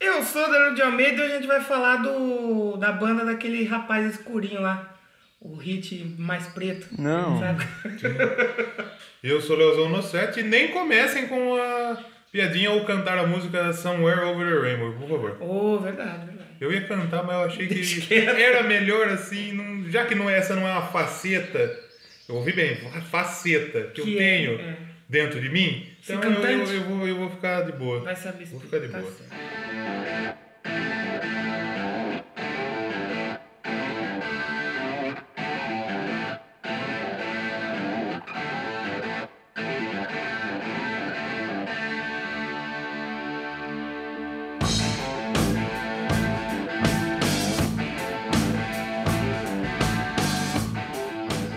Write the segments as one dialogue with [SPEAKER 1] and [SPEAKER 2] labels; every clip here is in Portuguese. [SPEAKER 1] eu sou o Danilo de Almeida e hoje a gente vai falar do, da banda daquele rapaz escurinho lá. O hit mais preto.
[SPEAKER 2] Não.
[SPEAKER 1] Sabe?
[SPEAKER 3] Eu sou o Leozão no set e nem comecem com a piadinha ou cantar a música Somewhere Over the Rainbow, por favor.
[SPEAKER 1] Oh, verdade, verdade.
[SPEAKER 3] Eu ia cantar, mas eu achei que era melhor assim, não- já que não é- essa não é uma faceta, eu ouvi bem, fa- faceta que, eu
[SPEAKER 1] Que é,
[SPEAKER 3] tenho
[SPEAKER 1] é.
[SPEAKER 3] dentro de mim,
[SPEAKER 1] Ser
[SPEAKER 3] então eu, eu-
[SPEAKER 1] cantante.
[SPEAKER 3] eu vou, eu vou ficar de boa.
[SPEAKER 1] Vai saber se
[SPEAKER 3] Vou ficar de
[SPEAKER 1] tá
[SPEAKER 3] boa.
[SPEAKER 1] certo.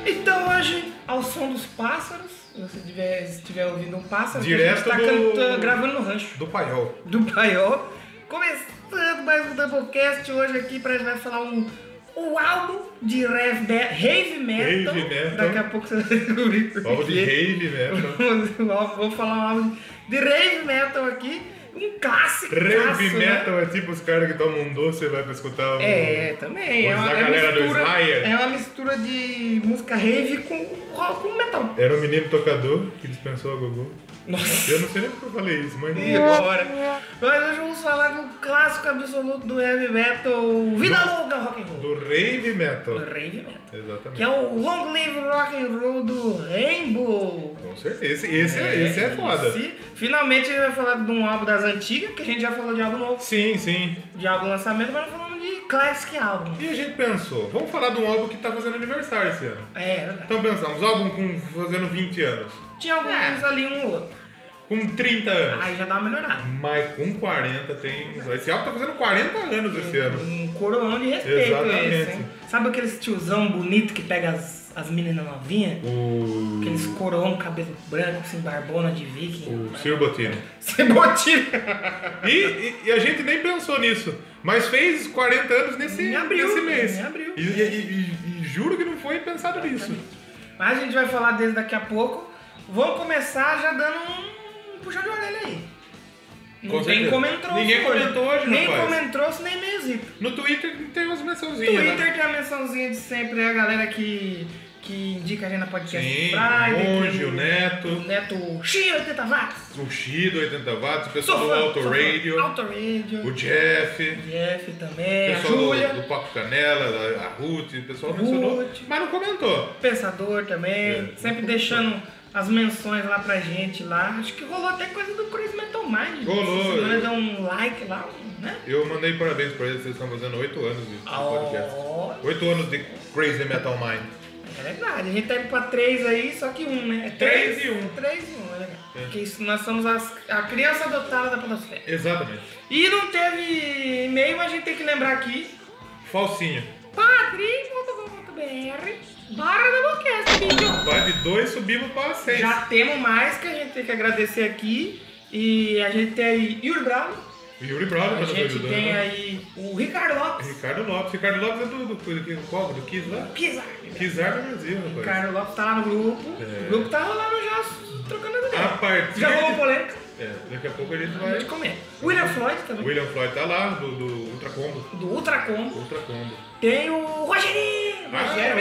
[SPEAKER 1] Então hoje, ao som dos pássaros, se você tiver, estiver ouvindo um pássaro, que a
[SPEAKER 3] Direto
[SPEAKER 1] gente tá
[SPEAKER 3] do-
[SPEAKER 1] cantando- gravando no rancho
[SPEAKER 3] Do paiol.
[SPEAKER 1] do Paiol. Começando mais um Doublecast hoje aqui pra gente vai falar um, um álbum de rev me- rave metal.
[SPEAKER 3] Rave metal.
[SPEAKER 1] Daqui a pouco você vai descobrir por
[SPEAKER 3] Pau de
[SPEAKER 1] quê.
[SPEAKER 3] rave, né?
[SPEAKER 1] Vou- Vou falar um álbum de rave metal aqui. Um clássico.
[SPEAKER 3] Rave
[SPEAKER 1] clássico, né?
[SPEAKER 3] metal é tipo os caras que tomam um doce e vai pra escutar um...
[SPEAKER 1] É, também. É
[SPEAKER 3] Os
[SPEAKER 1] uma,
[SPEAKER 3] da
[SPEAKER 1] é uma
[SPEAKER 3] galera do
[SPEAKER 1] mistura,
[SPEAKER 3] Slayer.
[SPEAKER 1] é uma mistura de música rave com, rock- com metal.
[SPEAKER 3] Era um menino tocador que dispensou a Gugu.
[SPEAKER 1] Nossa.
[SPEAKER 3] Eu não sei nem porque eu falei isso, mas...
[SPEAKER 1] E agora? Mas hoje vamos falar de um clássico absoluto do heavy metal. Vida longa rock and roll.
[SPEAKER 3] Do rave metal.
[SPEAKER 1] Do rave metal.
[SPEAKER 3] Exatamente.
[SPEAKER 1] Que é o Long Live Rock and Roll do Rainbow.
[SPEAKER 3] Com certeza. Esse, esse é, esse é foda.
[SPEAKER 1] esse- Finalmente a gente vai falar de um álbum das antigas, que a gente já falou de álbum novo,
[SPEAKER 3] Sim, sim.
[SPEAKER 1] de álbum lançamento, mas não falamos de classic álbum.
[SPEAKER 3] E a gente pensou, vamos falar de um álbum que tá fazendo aniversário esse ano.
[SPEAKER 1] É, verdade.
[SPEAKER 3] Então pensamos, álbum com, fazendo 20 anos,
[SPEAKER 1] Tinha
[SPEAKER 3] É.
[SPEAKER 1] alguns ali, um ou outro.
[SPEAKER 3] com 30 anos,
[SPEAKER 1] Aí já dá uma melhorada.
[SPEAKER 3] mas com 40 tem... Esse álbum tá fazendo 40 anos esse ano.
[SPEAKER 1] Um coroão de respeito
[SPEAKER 3] Exatamente.
[SPEAKER 1] esse, hein? Sabe aqueles tiozão bonito que pega as, as meninas novinhas?
[SPEAKER 3] O...
[SPEAKER 1] Aqueles coroão, cabelo branco, assim, barbona de viking.
[SPEAKER 3] O Ciro Bottino.
[SPEAKER 1] Cebotina!
[SPEAKER 3] E, e- e a gente nem pensou nisso, mas fez 40 anos nesse,
[SPEAKER 1] Em abril,
[SPEAKER 3] nesse mês.
[SPEAKER 1] em abril.
[SPEAKER 3] E, e- e- e juro que não foi pensado nisso.
[SPEAKER 1] Mas a gente vai falar deles daqui a pouco. Vamos começar já dando um puxão de orelha aí.
[SPEAKER 3] Com
[SPEAKER 1] Ninguém
[SPEAKER 3] certeza.
[SPEAKER 1] comentou.
[SPEAKER 3] Ninguém
[SPEAKER 1] hoje.
[SPEAKER 3] comentou hoje,
[SPEAKER 1] Nem
[SPEAKER 3] rapaz.
[SPEAKER 1] comentou, nem mesito.
[SPEAKER 3] No Twitter tem umas mençãozinhas, né?
[SPEAKER 1] Twitter tem a mençãozinha de sempre, é a galera que, que indica a gente na podcast
[SPEAKER 3] Sim, né?
[SPEAKER 1] Friday.
[SPEAKER 3] o
[SPEAKER 1] que é
[SPEAKER 3] Monge, o Neto.
[SPEAKER 1] O Neto Xi 80 watts.
[SPEAKER 3] O Xi do 80 watts, o pessoal
[SPEAKER 1] Sou
[SPEAKER 3] do
[SPEAKER 1] fã,
[SPEAKER 3] Auto
[SPEAKER 1] sou fã.
[SPEAKER 3] Radio,
[SPEAKER 1] Auto Radio.
[SPEAKER 3] o Jeff,
[SPEAKER 1] O Jeff também.
[SPEAKER 3] o
[SPEAKER 1] É, A
[SPEAKER 3] pessoal
[SPEAKER 1] Júlia.
[SPEAKER 3] do, do Papo Canela, da- a Ruth, o pessoal mencionou,
[SPEAKER 1] Ruth.
[SPEAKER 3] mas não comentou.
[SPEAKER 1] Pensador também,
[SPEAKER 3] É.
[SPEAKER 1] sempre deixando as menções lá pra gente lá. Acho que rolou até coisa do Crazy Metal Mind. né?
[SPEAKER 3] Rolou,
[SPEAKER 1] Essa semana
[SPEAKER 3] é.
[SPEAKER 1] deu um like lá, um, né?
[SPEAKER 3] Eu mandei parabéns pra eles, vocês estão fazendo 8 anos de de Um podcast.
[SPEAKER 1] Ah, Ó,
[SPEAKER 3] 8 anos de Crazy Metal Mind.
[SPEAKER 1] é verdade. A gente tá indo pra três aí, só que um, né? É
[SPEAKER 3] Três e um.
[SPEAKER 1] Três e um, é legal. Porque isso, nós somos as- a criança adotada da Podosfera.
[SPEAKER 3] Exatamente.
[SPEAKER 1] E não teve e-mail, mas a gente tem que lembrar aqui.
[SPEAKER 3] Falsinho.
[SPEAKER 1] padrim.com.br barra da boquete, vídeo.
[SPEAKER 3] Vai de 2, subimos pra 6.
[SPEAKER 1] Já temos mais que a gente tem que agradecer aqui. E a gente tem aí Yuri Brown,
[SPEAKER 3] Yuri Brown,
[SPEAKER 1] a
[SPEAKER 3] que tá
[SPEAKER 1] gente
[SPEAKER 3] ajudando.
[SPEAKER 1] tem
[SPEAKER 3] né?
[SPEAKER 1] aí o Ricardo Lopes,
[SPEAKER 3] Ricardo Lopes. Ricardo Lopes é do, do, do, do, qual? do Kiss lá?
[SPEAKER 1] Pizarro.
[SPEAKER 3] Kizar do Brasil, rapaz.
[SPEAKER 1] Ricardo Lopes tá lá no grupo.
[SPEAKER 3] É.
[SPEAKER 1] O grupo tá rolando já s- trocando as ideias.
[SPEAKER 3] A partir
[SPEAKER 1] Já rolou
[SPEAKER 3] de-
[SPEAKER 1] polêmica,
[SPEAKER 3] É, daqui a pouco a gente
[SPEAKER 1] a gente
[SPEAKER 3] vai.
[SPEAKER 1] comenta. William Floyd também,
[SPEAKER 3] William Floyd tá lá, do, do Ultra Combo.
[SPEAKER 1] do Ultra Combo.
[SPEAKER 3] Ultra Combo.
[SPEAKER 1] Tem o Rogerinho, Rogério
[SPEAKER 3] Ah, Rogerinho,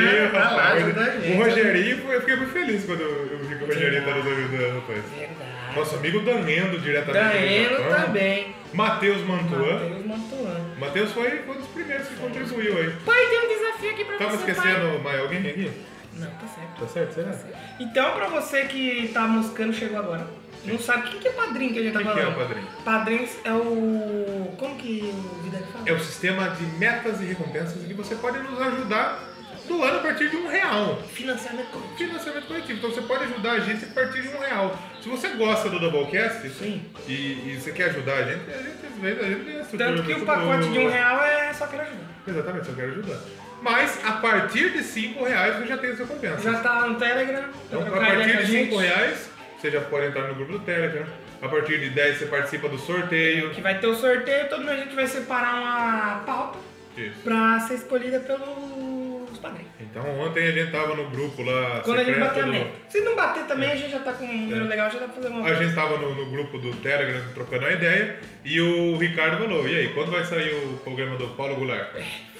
[SPEAKER 1] Miranda, é, tá lá
[SPEAKER 3] rapaz.
[SPEAKER 1] ajudando a gente.
[SPEAKER 3] O Rogerinho, foi- eu fiquei muito feliz quando eu vi que o Rogerinho tava nos ajudando, rapaz.
[SPEAKER 1] Verdade.
[SPEAKER 3] Nosso amigo Danendo, diretamente. do
[SPEAKER 1] Danilo
[SPEAKER 3] Japão.
[SPEAKER 1] também.
[SPEAKER 3] Matheus Mantuan.
[SPEAKER 1] Matheus Mantuan.
[SPEAKER 3] Matheus foi foi um dos primeiros que contribuiu aí.
[SPEAKER 1] Pai, tem um desafio aqui pra
[SPEAKER 3] Tava
[SPEAKER 1] você, pai.
[SPEAKER 3] esquecendo mais alguém aqui?
[SPEAKER 1] Não, tá certo.
[SPEAKER 3] Tá certo, será?
[SPEAKER 1] Então, pra você que tá moscando, chegou agora. Não sabe o que que é padrinho que a gente tá
[SPEAKER 3] O que que é
[SPEAKER 1] falando.
[SPEAKER 3] o padrinho?
[SPEAKER 1] Padrinhos é o. Como que o Vida fala?
[SPEAKER 3] É o sistema de metas e recompensas que você pode nos ajudar doando a partir de um real.
[SPEAKER 1] Financiamento coletivo.
[SPEAKER 3] financiamento coletivo. Então você pode ajudar a gente a partir de um real. Se você gosta do Doublecast
[SPEAKER 1] Sim.
[SPEAKER 3] E, e você quer ajudar a gente, a gente às vezes a gente tem a estrutura
[SPEAKER 1] Tanto que
[SPEAKER 3] muito
[SPEAKER 1] o pacote
[SPEAKER 3] boa.
[SPEAKER 1] de um real é só quero ajudar.
[SPEAKER 3] Exatamente, só quero ajudar. Mas a partir de cinco reais você já tem a sua recompensa.
[SPEAKER 1] Já tá lá no Telegram. pra
[SPEAKER 3] Então, a
[SPEAKER 1] trocar ideia
[SPEAKER 3] partir
[SPEAKER 1] com a
[SPEAKER 3] de
[SPEAKER 1] gente,
[SPEAKER 3] 5 reais, você já pode entrar no grupo do Telegram. A partir de 10 você participa do sorteio.
[SPEAKER 1] Que vai ter o sorteio, todo mundo a gente vai separar uma pauta
[SPEAKER 3] Isso.
[SPEAKER 1] pra ser escolhida pelo dos padrinhos.
[SPEAKER 3] Então ontem a gente tava no grupo lá
[SPEAKER 1] Quando a gente
[SPEAKER 3] secreto
[SPEAKER 1] bater a
[SPEAKER 3] do-
[SPEAKER 1] meta. Se não bater também, a gente já tá com um número legal, já dá pra fazer uma
[SPEAKER 3] É. A gente tava no, no grupo do Telegram trocando a ideia e o Ricardo falou, e aí, quando vai sair o programa do Paulo Goulart?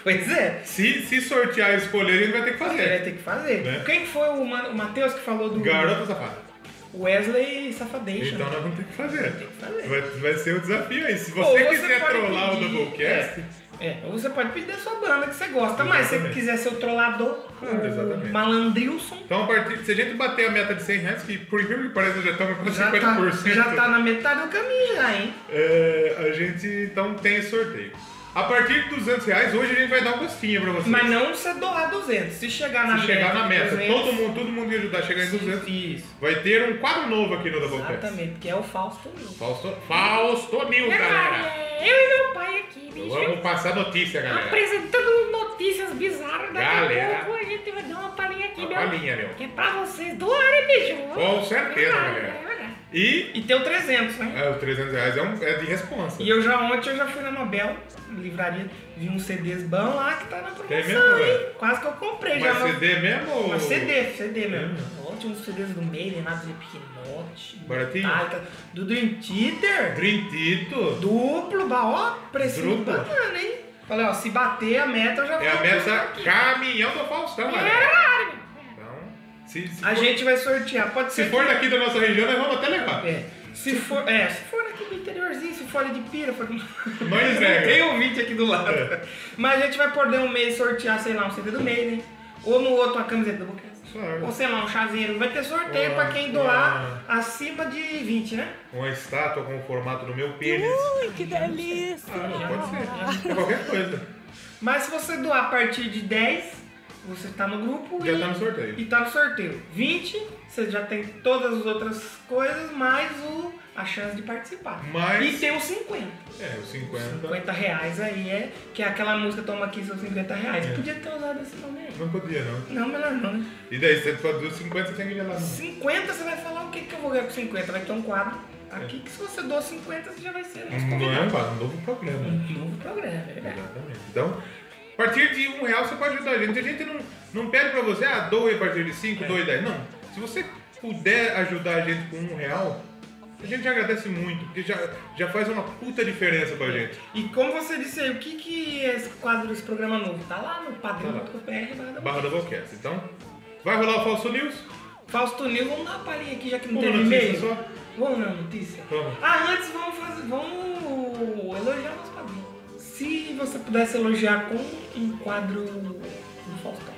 [SPEAKER 1] Pois é.
[SPEAKER 3] Se, se sortear e escolher, a gente vai ter que
[SPEAKER 1] Ele vai
[SPEAKER 3] fazer.
[SPEAKER 1] ter que fazer.
[SPEAKER 3] Né?
[SPEAKER 1] Quem foi o, Ma- o Matheus que falou do
[SPEAKER 3] Garota safada.
[SPEAKER 1] Wesley né? Safadation?
[SPEAKER 3] Então nós vamos ter que fazer.
[SPEAKER 1] fazer.
[SPEAKER 3] Vai, vai ser o desafio aí. Se
[SPEAKER 1] Ou
[SPEAKER 3] você quiser
[SPEAKER 1] pode
[SPEAKER 3] trollar
[SPEAKER 1] pedir-
[SPEAKER 3] o Doublecast,
[SPEAKER 1] É, é, ou você pode pedir a sua banda que você gosta, mas se você
[SPEAKER 3] Exatamente.
[SPEAKER 1] quiser ser o trollador,
[SPEAKER 3] Claro, exatamente.
[SPEAKER 1] o malandrilson,
[SPEAKER 3] então a partir, se a gente bater a meta de 100 reais, que por incrível que pareça já estamos com
[SPEAKER 1] já
[SPEAKER 3] 50%,
[SPEAKER 1] tá, já tá na metade do caminho já, hein?
[SPEAKER 3] é, a gente então tem sorteio. A partir de 200 reais, hoje a gente vai dar um gostinho pra vocês.
[SPEAKER 1] Mas não é se doar 200, se chegar na
[SPEAKER 3] se chegar na meta,
[SPEAKER 1] 200,
[SPEAKER 3] todo mundo, todo mundo ia ajudar a chegar em 200.
[SPEAKER 1] Isso,
[SPEAKER 3] Vai ter um quadro novo aqui no Doublecast.
[SPEAKER 1] exatamente, que é o Fausto News.
[SPEAKER 3] Fausto, Fausto News, galera.
[SPEAKER 1] é, eu e meu pai aqui,
[SPEAKER 3] Vamos passar notícia, galera.
[SPEAKER 1] Apresentando notícias bizarras,
[SPEAKER 3] Galera.
[SPEAKER 2] Pô, a gente vai dar uma palhinha aqui,
[SPEAKER 3] Uma
[SPEAKER 2] meu.
[SPEAKER 3] palhinha, meu.
[SPEAKER 2] Que é pra vocês doarem, bicho.
[SPEAKER 3] Com certeza,
[SPEAKER 2] Vai,
[SPEAKER 3] galera.
[SPEAKER 2] vai, vai.
[SPEAKER 3] E
[SPEAKER 1] E tem o 300, né?
[SPEAKER 3] é, os 300 reais é, um- é de responsa.
[SPEAKER 1] E eu já ontem eu já fui na Nobel, livraria, vi uns CDs bons lá que tá na promoção,
[SPEAKER 3] Tem mesmo,
[SPEAKER 1] hein?
[SPEAKER 3] é?
[SPEAKER 1] Quase que eu comprei já.
[SPEAKER 3] Mas
[SPEAKER 1] mas-
[SPEAKER 3] CD mesmo? ou-
[SPEAKER 1] Mas CD, CD mesmo.
[SPEAKER 3] É.
[SPEAKER 1] Ontem uns CDs do Maiden, lá do Slipknot,
[SPEAKER 3] Baratinho?
[SPEAKER 1] Metallica, do Dream Theater,
[SPEAKER 3] Trintito.
[SPEAKER 1] duplo, ba- ó, precinho
[SPEAKER 3] Duplo.
[SPEAKER 1] bacana, hein? Falei, ó, se bater a meta, eu já
[SPEAKER 3] É a
[SPEAKER 1] vou
[SPEAKER 3] meta
[SPEAKER 1] aqui.
[SPEAKER 3] caminhão do Faustão, galera.
[SPEAKER 2] Caralho.
[SPEAKER 3] Então, se, se
[SPEAKER 1] A
[SPEAKER 3] for,
[SPEAKER 1] gente vai sortear, pode ser
[SPEAKER 3] se for daqui da nossa região, nós vamos até levar.
[SPEAKER 1] É, se for, é, se for aqui do interiorzinho, se for ali de pira, for...
[SPEAKER 3] Mãe entrega.
[SPEAKER 1] tem ouvinte aqui do lado.
[SPEAKER 3] É.
[SPEAKER 1] Mas a gente vai poder um mês sortear, sei lá, um CD do mês, né? Ou no outro uma camiseta do Boquete.
[SPEAKER 3] Claro.
[SPEAKER 1] Ou sei lá, um chazinho. Vai ter sorteio
[SPEAKER 3] Uma-
[SPEAKER 1] pra quem doar acima de 20, né?
[SPEAKER 3] Uma estátua com o formato do meu pênis.
[SPEAKER 4] Ui, que delícia!
[SPEAKER 3] Ah, não, pode ser. É qualquer coisa.
[SPEAKER 1] Mas se você doar a partir de 10, você tá no grupo
[SPEAKER 3] Já
[SPEAKER 1] e,
[SPEAKER 3] tá no sorteio.
[SPEAKER 1] e tá no sorteio. 20, você já tem todas as outras coisas, mais o, a chance de participar.
[SPEAKER 3] Mas-
[SPEAKER 1] E tem os 50.
[SPEAKER 3] É, os 50.
[SPEAKER 1] 50 reais aí é. Que é aquela música Toma aqui seus 50 reais.
[SPEAKER 3] É.
[SPEAKER 1] Podia ter usado esse nome aí.
[SPEAKER 3] Não podia, não.
[SPEAKER 1] Não, melhor não, né?
[SPEAKER 3] E daí, se você produz 50, você tem que gelar.
[SPEAKER 1] 50, você vai falar o que, que eu vou ganhar com 50? Vai ter um quadro aqui que se você doa 50, você já vai ser nosso
[SPEAKER 3] Não é
[SPEAKER 1] convidado.
[SPEAKER 3] um quadro, um novo problema.
[SPEAKER 1] Novo programa, é verdade.
[SPEAKER 3] Exatamente. Então, a partir de um real você pode ajudar a gente. A gente não, não pede pra você, ah, doe a partir de cinco, doe dez. Não. Se você puder ajudar a gente com um real, a gente agradece muito, porque já, já faz uma puta diferença pra gente.
[SPEAKER 1] E como você disse aí, o que, que é esse quadro, esse programa novo? Tá lá no padrinho.br.
[SPEAKER 3] Barra da Volcast. Então, vai rolar o Falso News?
[SPEAKER 1] Fausto News, vamos dar uma palhinha aqui, já que não
[SPEAKER 3] Uma
[SPEAKER 1] teve
[SPEAKER 3] notícia
[SPEAKER 1] e-mail.
[SPEAKER 3] só?
[SPEAKER 1] Vamos na notícia?
[SPEAKER 3] Vamos.
[SPEAKER 1] Ah, antes vamos fazer. Vamos elogiar nosso padrinho. Se você pudesse elogiar com um quadro do Faustão,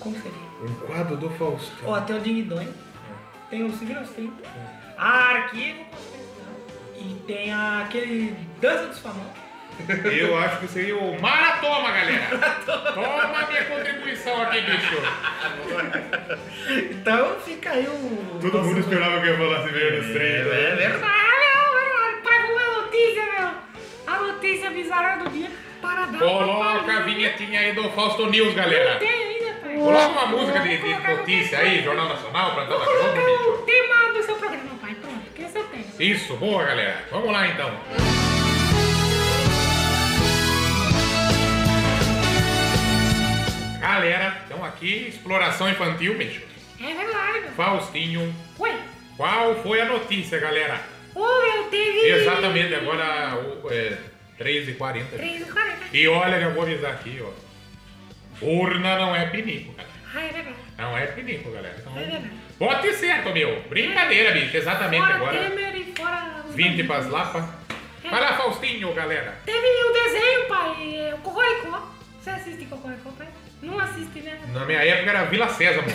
[SPEAKER 1] como seria?
[SPEAKER 3] Um quadro do Faustão.
[SPEAKER 1] Ó, tem o Ding Dong, tem o Civil Street, a Arquivo Confidencial e tem a- aquele Dança dos Famosos.
[SPEAKER 3] Eu acho que seria o Maratoma, galera! Toma minha contribuição aqui, bicho!
[SPEAKER 1] Então fica aí o.
[SPEAKER 3] Todo mundo esperava que eu falasse meio nos três,
[SPEAKER 1] É
[SPEAKER 3] né?
[SPEAKER 1] verdade.
[SPEAKER 2] Caralho, Pega uma notícia, meu. A notícia bizarra do dia. Para dar uma
[SPEAKER 3] Coloca a
[SPEAKER 2] palhinha.
[SPEAKER 3] vinhetinha aí do Fausto News, galera!
[SPEAKER 2] Tem ainda, pai.
[SPEAKER 3] Coloca uma música de,
[SPEAKER 2] Vou
[SPEAKER 3] de
[SPEAKER 2] colocar
[SPEAKER 3] notícia
[SPEAKER 2] qualquer
[SPEAKER 3] aí,
[SPEAKER 2] coisa.
[SPEAKER 3] Jornal Nacional, pra dar
[SPEAKER 2] Vou
[SPEAKER 3] na
[SPEAKER 2] colocar
[SPEAKER 3] Globo,
[SPEAKER 2] o tema do seu programa, pai. Pronto, que esse eu tenho.
[SPEAKER 3] bicho. Isso, boa galera. Vamos lá então. Galera, então aqui, exploração infantil, bicho.
[SPEAKER 2] É verdade, meu.
[SPEAKER 3] Faustinho,
[SPEAKER 2] Ué,
[SPEAKER 3] qual foi a notícia, galera?
[SPEAKER 2] ou eu teve...
[SPEAKER 3] Exatamente, agora o- é, 13h40.
[SPEAKER 2] 3 e 40.
[SPEAKER 3] E olha que eu vou avisar aqui, ó. Urna não é pinico, cara.
[SPEAKER 2] Ah, é verdade.
[SPEAKER 3] Não é pinico, galera. Então,
[SPEAKER 2] É verdade.
[SPEAKER 3] bote certo, meu. Brincadeira, bicho. Exatamente
[SPEAKER 2] Fora
[SPEAKER 3] agora.
[SPEAKER 2] Temer e fora... os
[SPEAKER 3] 20
[SPEAKER 2] bandidos.
[SPEAKER 3] pras lapas.
[SPEAKER 2] É.
[SPEAKER 3] Vai lá, Faustinho, galera.
[SPEAKER 2] Teve o desenho, pai, é, o Cocoricó. Você assiste Cocoricó, pai? Não assiste, né?
[SPEAKER 3] Na minha época era Vila Sésamo.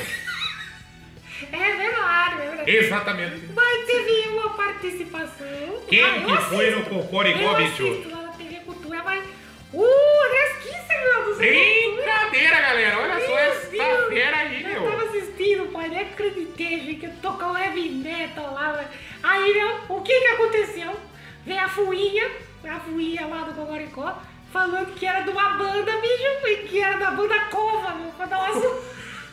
[SPEAKER 2] É verdade, é verdade.
[SPEAKER 3] Exatamente.
[SPEAKER 2] Mas teve uma participação.
[SPEAKER 3] Quem
[SPEAKER 2] Ah, eu
[SPEAKER 3] que foi no
[SPEAKER 2] assisto.
[SPEAKER 3] Cocoricó,
[SPEAKER 2] eu
[SPEAKER 3] bicho?
[SPEAKER 2] assisto lá na TV Cultura, mas... é Uh, resquício, meu, do
[SPEAKER 3] Brincadeira, galera. Olha só essa fera aí,
[SPEAKER 2] Eu tava
[SPEAKER 3] meu.
[SPEAKER 2] assistindo, pai, nem acreditei, vi que tocar um heavy metal lá, velho. Aí, meu, o que que aconteceu? Veio a fuinha, a fuinha lá do Cocoricó, falando que era de uma banda, bicho, e que era da banda Cova, meu, pra dar uma su-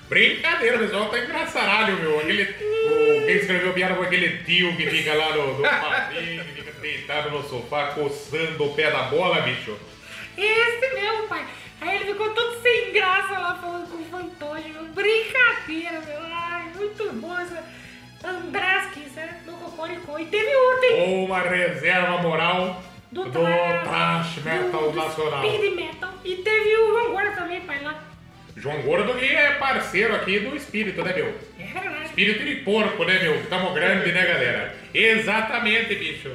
[SPEAKER 3] Brincadeira, o pessoal tá engraçaralho, meu. Aquele, o, quem escreveu piada foi aquele tio que fica lá no, no pavio, que fica deitado no sofá, coçando o pé da bola, bicho.
[SPEAKER 2] Esse mesmo, pai. Aí ele ficou todo sem graça, palhaça lá falando com o fantoche, meu. Brincadeira, meu. Ai, muito bom essa. Andraski, isso era do Cocoricó. E teve ontem.
[SPEAKER 4] Ou uma reserva moral do, trash metal
[SPEAKER 2] do
[SPEAKER 4] nacional.
[SPEAKER 2] Speed metal. E teve o Vanguarda também, pai, lá.
[SPEAKER 4] João Gordo que é parceiro aqui do Espírito, né, meu?
[SPEAKER 2] É verdade.
[SPEAKER 4] Espírito de porco, né, meu? Tamo grande, né, galera? Exatamente, bicho.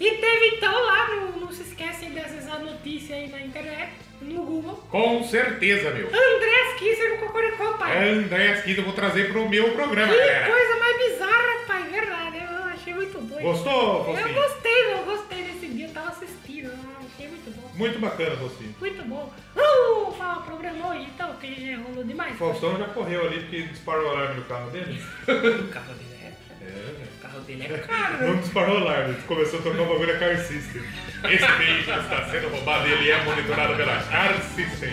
[SPEAKER 2] E teve então lá, no, não se esquecem dessas notícias aí na internet, no Google.
[SPEAKER 4] Com certeza, meu.
[SPEAKER 2] André Kisser no Cocoricó, pai.
[SPEAKER 4] André Asquita, eu vou trazer pro meu programa,
[SPEAKER 2] Que
[SPEAKER 4] galera.
[SPEAKER 2] coisa mais bizarra, pai, verdade. Eu achei muito doido.
[SPEAKER 4] Gostou,
[SPEAKER 2] Eu
[SPEAKER 4] Faustinho?
[SPEAKER 2] gostei, meu, eu gostei desse dia, eu tava assistindo, eu achei muito bom.
[SPEAKER 3] Muito bacana, Faustinho.
[SPEAKER 2] Muito bom. Uh, fala, programou aí, então, que já rolou demais.
[SPEAKER 3] O Faustão já correu ali porque disparou o alarme do carro dele.
[SPEAKER 1] O carro dele é.
[SPEAKER 3] É.
[SPEAKER 1] O carro dele é caro.
[SPEAKER 3] Não disparou o alarme, começou a tocar o bagulho da Car System.
[SPEAKER 4] Esse veículo está sendo roubado e ele é monitorado pela Car System.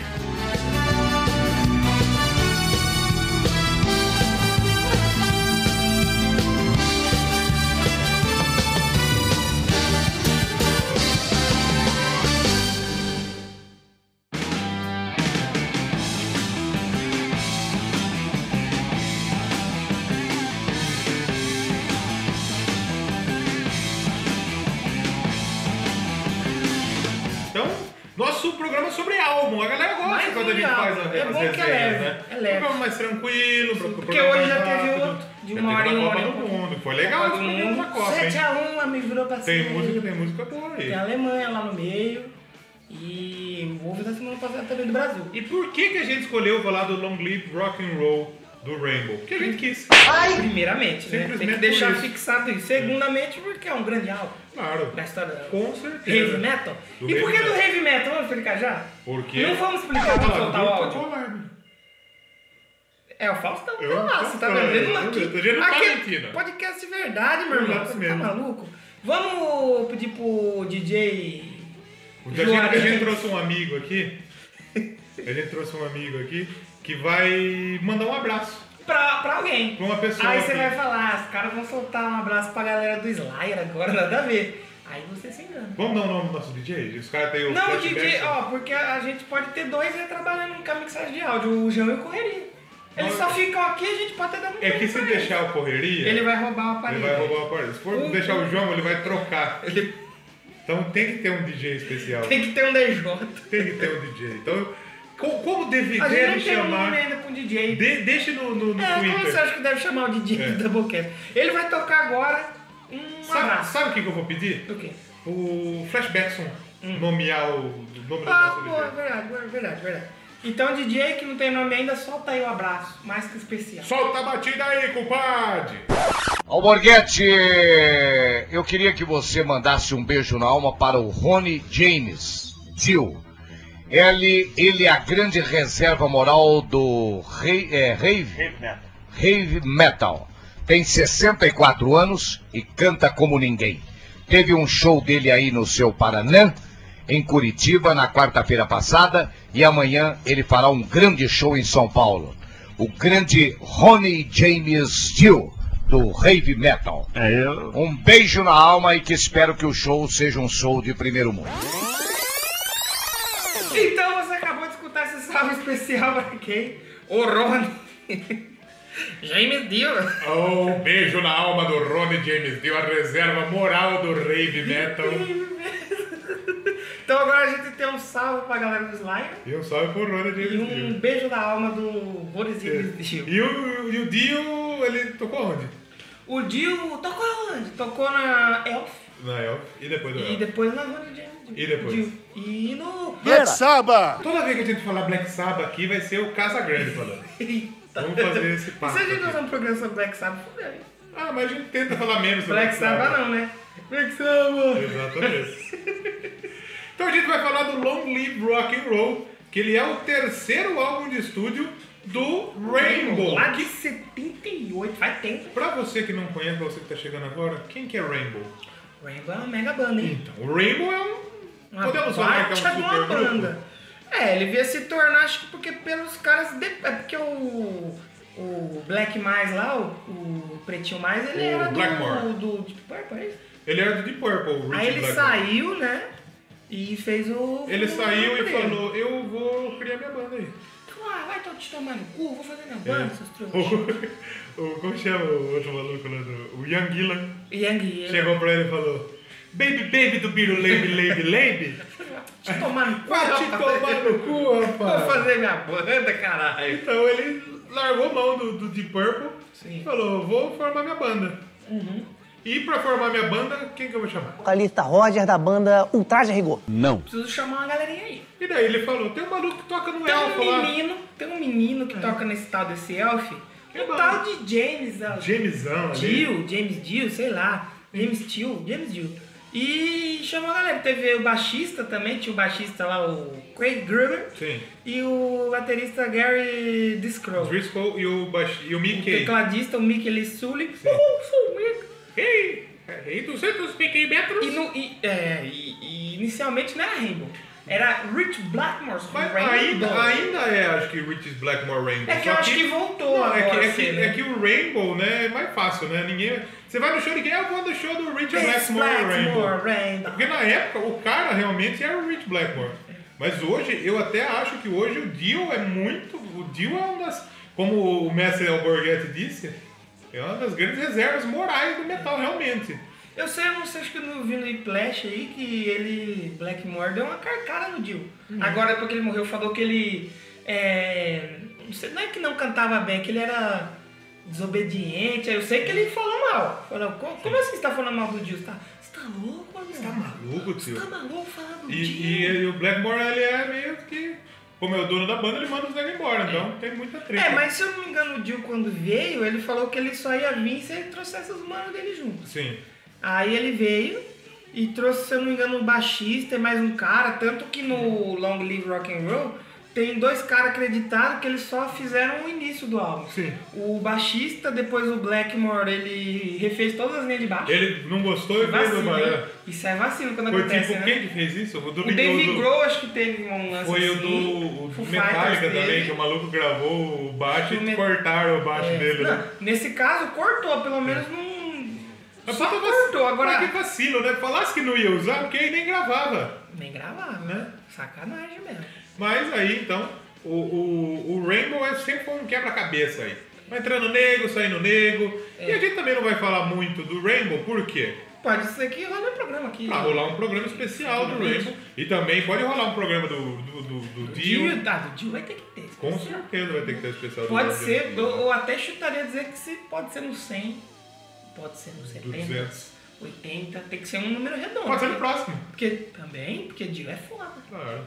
[SPEAKER 3] Então, nosso programa é sobre álbum. A galera gosta
[SPEAKER 1] Mais
[SPEAKER 3] quando
[SPEAKER 1] um
[SPEAKER 3] a gente
[SPEAKER 1] álbum.
[SPEAKER 3] faz as,
[SPEAKER 1] É
[SPEAKER 3] as
[SPEAKER 1] bom que é
[SPEAKER 3] resenhas,
[SPEAKER 1] leve,
[SPEAKER 3] né?
[SPEAKER 1] é leve.
[SPEAKER 3] Um programa mais tranquilo, pro, pro
[SPEAKER 1] Porque
[SPEAKER 3] programa
[SPEAKER 1] hoje já
[SPEAKER 3] mais
[SPEAKER 1] teve
[SPEAKER 3] rápido.
[SPEAKER 1] outro de
[SPEAKER 3] Já
[SPEAKER 1] uma hora
[SPEAKER 3] teve
[SPEAKER 1] em
[SPEAKER 3] da
[SPEAKER 1] uma hora
[SPEAKER 3] Copa
[SPEAKER 1] e
[SPEAKER 3] do
[SPEAKER 1] pouco.
[SPEAKER 3] um Mundo. Foi legal esse programa da Copa, hein?
[SPEAKER 1] 7x1 me virou pra
[SPEAKER 3] Tem
[SPEAKER 1] cima.
[SPEAKER 3] música, tem música boa aí.
[SPEAKER 1] Tem a Alemanha lá no meio. E houve da semana passada também do Brasil.
[SPEAKER 3] E por que, que a gente escolheu falar do Long Live Rock and Roll do Rainbow? Porque a gente quis.
[SPEAKER 1] Primeiramente, né? Tem
[SPEAKER 3] Simplesmente
[SPEAKER 1] que deixar
[SPEAKER 3] por isso.
[SPEAKER 1] fixado isso. Segundamente, porque é um grande álbum
[SPEAKER 3] Claro.
[SPEAKER 1] da história da
[SPEAKER 3] Com
[SPEAKER 1] heavy
[SPEAKER 3] certeza.
[SPEAKER 1] metal.
[SPEAKER 3] Do
[SPEAKER 1] e por que
[SPEAKER 3] heavy
[SPEAKER 1] do
[SPEAKER 3] metal. Ah,
[SPEAKER 1] heavy metal? Vamos explicar já?
[SPEAKER 3] Porque.
[SPEAKER 1] Não vamos explicar, vamos soltar o áudio. É o Faustão,
[SPEAKER 3] Eu
[SPEAKER 1] tá lá,
[SPEAKER 3] tô
[SPEAKER 1] você tá
[SPEAKER 3] falando,
[SPEAKER 1] vendo
[SPEAKER 3] eu
[SPEAKER 1] aqui.
[SPEAKER 3] tô vendo
[SPEAKER 1] aqui é
[SPEAKER 3] Palestina.
[SPEAKER 1] podcast de verdade, meu irmão. Você tá
[SPEAKER 3] Exatamente.
[SPEAKER 1] maluco? Vamos pedir pro DJ.
[SPEAKER 3] A gente, a gente trouxe um amigo aqui. A gente trouxe um amigo aqui que vai mandar um abraço
[SPEAKER 1] pra, pra alguém.
[SPEAKER 3] pra uma pessoa.
[SPEAKER 1] Aí você
[SPEAKER 3] aqui.
[SPEAKER 1] vai falar, ah, os caras vão soltar um abraço pra galera do Slayer agora, nada a ver. Aí você se engana.
[SPEAKER 3] Vamos dar o nome do nosso DJ? Os caras têm o.
[SPEAKER 1] Não,
[SPEAKER 3] né?
[SPEAKER 1] o
[SPEAKER 3] Flash
[SPEAKER 1] DJ,
[SPEAKER 3] Jackson.
[SPEAKER 1] ó, porque a gente pode ter dois né, trabalhando com a mixagem de áudio, o João e o Correria. Eles
[SPEAKER 3] Não.
[SPEAKER 1] só ficam aqui, a gente pode até dar um
[SPEAKER 3] É que
[SPEAKER 1] tempo
[SPEAKER 3] se
[SPEAKER 1] pra eles.
[SPEAKER 3] deixar o correria,
[SPEAKER 1] Ele vai roubar o
[SPEAKER 3] ele
[SPEAKER 1] aparelho.
[SPEAKER 3] vai roubar o aparelho. Se for
[SPEAKER 1] Hum.
[SPEAKER 3] deixar o João, ele vai trocar. Então tem que ter um DJ especial.
[SPEAKER 1] Tem que ter um DJ.
[SPEAKER 3] Tem que ter um DJ. Então, co- como
[SPEAKER 1] A gente
[SPEAKER 3] deveria
[SPEAKER 1] não tem um nome
[SPEAKER 3] chamar?
[SPEAKER 1] ainda com DJ.
[SPEAKER 3] De, deixe no, no, no
[SPEAKER 1] É, como você
[SPEAKER 3] Twitter.
[SPEAKER 1] acha que deve chamar o DJ
[SPEAKER 3] É.
[SPEAKER 1] do Doublecast? Ele vai tocar agora um
[SPEAKER 3] Sabe,
[SPEAKER 1] abraço.
[SPEAKER 3] sabe o que, que eu vou pedir?
[SPEAKER 1] Do quê?
[SPEAKER 3] O Flashbackson nomear o o nome da
[SPEAKER 1] Hum. Ah,
[SPEAKER 3] nossa
[SPEAKER 1] pô, é
[SPEAKER 3] DJ.
[SPEAKER 1] verdade, é verdade, é verdade. Então, DJ que não tem nome ainda, solta aí o abraço, mais que especial.
[SPEAKER 4] Solta a batida aí, compadre!
[SPEAKER 5] Alborguete, eu queria que você mandasse um beijo na alma para o Rony James, tio. Ele, ele é a grande reserva moral do rei, é, rave, rave metal. Tem 64 anos e canta como ninguém. Teve um show dele aí no seu Paranã, em Curitiba, na quarta-feira passada, e amanhã ele fará um grande show em São Paulo. O grande Rony James Steele, do Rave Metal. Um beijo na alma e que espero que o show seja um show de primeiro mundo.
[SPEAKER 1] Então, você acabou de escutar esse salve especial pra quem? O Rony. James Dio.
[SPEAKER 4] Oh, um beijo na alma do Ronnie James Dio, a reserva moral do Rave Metal.
[SPEAKER 1] Então, agora a gente tem um salve pra galera do Slime
[SPEAKER 3] E um salve pro Rony
[SPEAKER 1] e
[SPEAKER 3] James
[SPEAKER 1] um
[SPEAKER 3] Dio.
[SPEAKER 1] beijo da alma do Boris James Dio.
[SPEAKER 3] E o, e o Dio, ele tocou onde?
[SPEAKER 1] O Dio tocou onde? Tocou na Elf.
[SPEAKER 3] Na Elf. E depois do
[SPEAKER 1] E
[SPEAKER 3] Elf.
[SPEAKER 1] depois na Rony James.
[SPEAKER 3] E depois?
[SPEAKER 1] Dio. E no.
[SPEAKER 3] Toda vez que a gente falar Black Sabbath aqui, vai ser o Casa Grande falando.
[SPEAKER 1] Eita.
[SPEAKER 3] Vamos fazer esse papo
[SPEAKER 1] Se a gente
[SPEAKER 3] aqui.
[SPEAKER 1] fazer um programa sobre Black Sabbath, fudeu. hein?
[SPEAKER 3] Ah, mas a gente tenta falar menos do
[SPEAKER 1] Black Sabbath não, né? Black Sabbath.
[SPEAKER 3] Exatamente. então a gente vai falar do Long Live Rock and Roll, que ele é o terceiro álbum de estúdio do Rainbow.
[SPEAKER 1] Lá de 78, faz tempo.
[SPEAKER 3] Pra você que não conhece, pra você que tá chegando agora, quem que é Rainbow?
[SPEAKER 1] Rainbow é uma mega banda, hein?
[SPEAKER 3] Então, o Rainbow é um...
[SPEAKER 1] Uma
[SPEAKER 3] Podemos falar que é um
[SPEAKER 1] baita de uma
[SPEAKER 3] supergrupo?
[SPEAKER 1] banda. É, ele veio se tornar, acho que porque pelos caras. de- É porque o. O Black Mais lá, o, o Pretinho Mais, ele
[SPEAKER 3] O
[SPEAKER 1] era
[SPEAKER 3] Blackmore.
[SPEAKER 1] do. do Deep Purple, é isso?
[SPEAKER 3] Ele era do Deep Purple, o Richie
[SPEAKER 1] Aí ele
[SPEAKER 3] Blackmore.
[SPEAKER 1] saiu, né? E fez o.
[SPEAKER 3] Ele
[SPEAKER 1] o-
[SPEAKER 3] saiu
[SPEAKER 1] o-
[SPEAKER 3] e falou, eu vou criar minha banda aí.
[SPEAKER 1] Então, ah, vai to- te tomar no cu, vou fazer
[SPEAKER 3] É.
[SPEAKER 1] minha banda, seus trouxas.
[SPEAKER 3] O, o, como chama o outro maluco lá? do- O Ian Gillan.
[SPEAKER 1] Yang, eu-
[SPEAKER 3] Chegou pra ele e falou: Baby, baby do Biro, Leibe, Leibe, Leibe.
[SPEAKER 1] te tomar no cu,
[SPEAKER 3] Vai te
[SPEAKER 1] rapaz.
[SPEAKER 3] tomar no cu,
[SPEAKER 1] Vou
[SPEAKER 3] rapaz.
[SPEAKER 1] fazer minha banda, caralho.
[SPEAKER 3] Então ele largou mão do, do Deep Purple
[SPEAKER 1] Sim. Uhum.
[SPEAKER 3] e falou: Vou formar minha banda. E pra formar minha banda, quem que eu vou chamar?
[SPEAKER 6] vocalista Roger da banda Ultraje Rigor.
[SPEAKER 1] Preciso chamar uma galerinha aí.
[SPEAKER 3] E daí ele falou: Tem um maluco que toca no
[SPEAKER 1] Tem um
[SPEAKER 3] elfo lá.
[SPEAKER 1] menino, tem um menino que toca nesse tal desse elf.
[SPEAKER 3] É
[SPEAKER 1] Um
[SPEAKER 3] bom.
[SPEAKER 1] tal de James, ó,
[SPEAKER 3] Jamesão ali.
[SPEAKER 1] Dio, James Dio, sei lá. James Dio, James Dio. E chamou a galera. Teve o baixista também, tinha o baixista lá, o Craig Gruber.
[SPEAKER 3] Sim.
[SPEAKER 1] E o baterista Gary Discrow. O
[SPEAKER 3] Driscoll e o, baix... e o Mickey.
[SPEAKER 1] tecladista, o Mickey Lee Sully. Uhul, sou o Mickey.
[SPEAKER 3] Ei, é, ei, 200 piquei metros.
[SPEAKER 1] E, no- e- é, e- e inicialmente não era Rainbow. Era Rich Blackmore's
[SPEAKER 3] Mas
[SPEAKER 1] Rainbow.
[SPEAKER 3] ainda, ainda é, acho que Richie's Blackmore Rainbow.
[SPEAKER 1] É que
[SPEAKER 3] Só
[SPEAKER 1] eu acho que voltou
[SPEAKER 3] Não, é que,
[SPEAKER 1] agora
[SPEAKER 3] é,
[SPEAKER 1] a ser,
[SPEAKER 3] que,
[SPEAKER 1] né?
[SPEAKER 3] é que o Rainbow, né, é mais fácil, né? Ninguém. Você vai no show de quem? Eu vou no show do Richie
[SPEAKER 1] Rich
[SPEAKER 3] Blackmore, Rainbow.
[SPEAKER 1] Blackmore Rainbow.
[SPEAKER 3] Porque na época o cara realmente era o Rich Blackmore. Mas hoje, eu até acho que hoje o Dio é muito. O Dio é uma das. Como o Mestre Alborguete disse, é uma das grandes reservas morais do metal, realmente.
[SPEAKER 1] Eu sei, eu não sei, acho que eu não vi no Whiplash aí que ele, Blackmore, deu uma carcara no Dio.
[SPEAKER 3] Uhum.
[SPEAKER 1] Agora, depois que ele morreu, falou que ele. É, não, sei, não é que não cantava bem, é que ele era desobediente. Aí eu sei que ele falou mal. Falou, como, como assim você tá falando mal do Dio? Você tá, você tá louco, mano? Você tá
[SPEAKER 3] Maluco,
[SPEAKER 1] Você
[SPEAKER 3] tio.
[SPEAKER 1] tá maluco falando do
[SPEAKER 3] E,
[SPEAKER 1] Dio?
[SPEAKER 3] e, ele- o Blackmore, ele é meio que. Como é o dono da banda, ele manda os negros embora, então tem muita treta.
[SPEAKER 1] É, mas se eu não me engano, o Dio, quando veio, ele falou que ele só ia vir se ele trouxesse os manos dele juntos.
[SPEAKER 3] Sim.
[SPEAKER 1] Aí ele veio e trouxe, se eu não me engano, um baixista e mais um cara. Tanto que no Long Live Rock and Roll tem dois caras acreditados que eles só fizeram o início do álbum.
[SPEAKER 3] Sim.
[SPEAKER 1] O baixista, depois o Blackmore, ele refez todas as linhas de baixo. é
[SPEAKER 3] Ele não gostou e fez
[SPEAKER 1] Vacilo,
[SPEAKER 3] uma.
[SPEAKER 1] hein? Isso é vacilo quando
[SPEAKER 3] Foi
[SPEAKER 1] acontece,
[SPEAKER 3] tipo,
[SPEAKER 1] né?
[SPEAKER 3] quem que fez isso? O do
[SPEAKER 1] O David
[SPEAKER 3] do-
[SPEAKER 1] Grohl acho que teve um lance
[SPEAKER 3] Foi o
[SPEAKER 1] assim.
[SPEAKER 3] do o do
[SPEAKER 1] Foo
[SPEAKER 3] Metallica
[SPEAKER 1] Fighters
[SPEAKER 3] também,
[SPEAKER 1] teve.
[SPEAKER 3] que o maluco gravou o baixo
[SPEAKER 1] O
[SPEAKER 3] e
[SPEAKER 1] Met-
[SPEAKER 3] cortaram o baixo
[SPEAKER 1] É,
[SPEAKER 3] dele.
[SPEAKER 1] não,
[SPEAKER 3] né?
[SPEAKER 1] Nesse caso, cortou, pelo menos não.
[SPEAKER 3] Mas
[SPEAKER 1] Só
[SPEAKER 3] puta vac-
[SPEAKER 1] cortou, agora.
[SPEAKER 3] mas que vacilo, né? Falasse que não ia usar, porque aí nem gravava.
[SPEAKER 1] Nem gravar, né? Sacanagem mesmo.
[SPEAKER 3] Mas aí então, o, o, o Rainbow é sempre foi um quebra-cabeça aí. Vai entrando nego, saindo nego. E
[SPEAKER 1] É.
[SPEAKER 3] a gente também não vai falar muito do Rainbow, por quê?
[SPEAKER 1] Pode ser que role um programa aqui.
[SPEAKER 3] Pra rolar um programa especial do Rainbow. E também pode rolar um programa do, do, do, do Dio.
[SPEAKER 1] Dio, tá, do Dio vai ter que ter.
[SPEAKER 3] Com certeza vai ter que ter um especial do
[SPEAKER 1] Pode
[SPEAKER 3] Dio.
[SPEAKER 1] ser, eu eu até chutaria dizer que se pode ser no 100, pode ser no 70,
[SPEAKER 3] 200.
[SPEAKER 1] 80, tem que ser um número redondo.
[SPEAKER 3] Pode ser no próximo.
[SPEAKER 1] Porque também, porque Dio é foda.
[SPEAKER 3] Claro.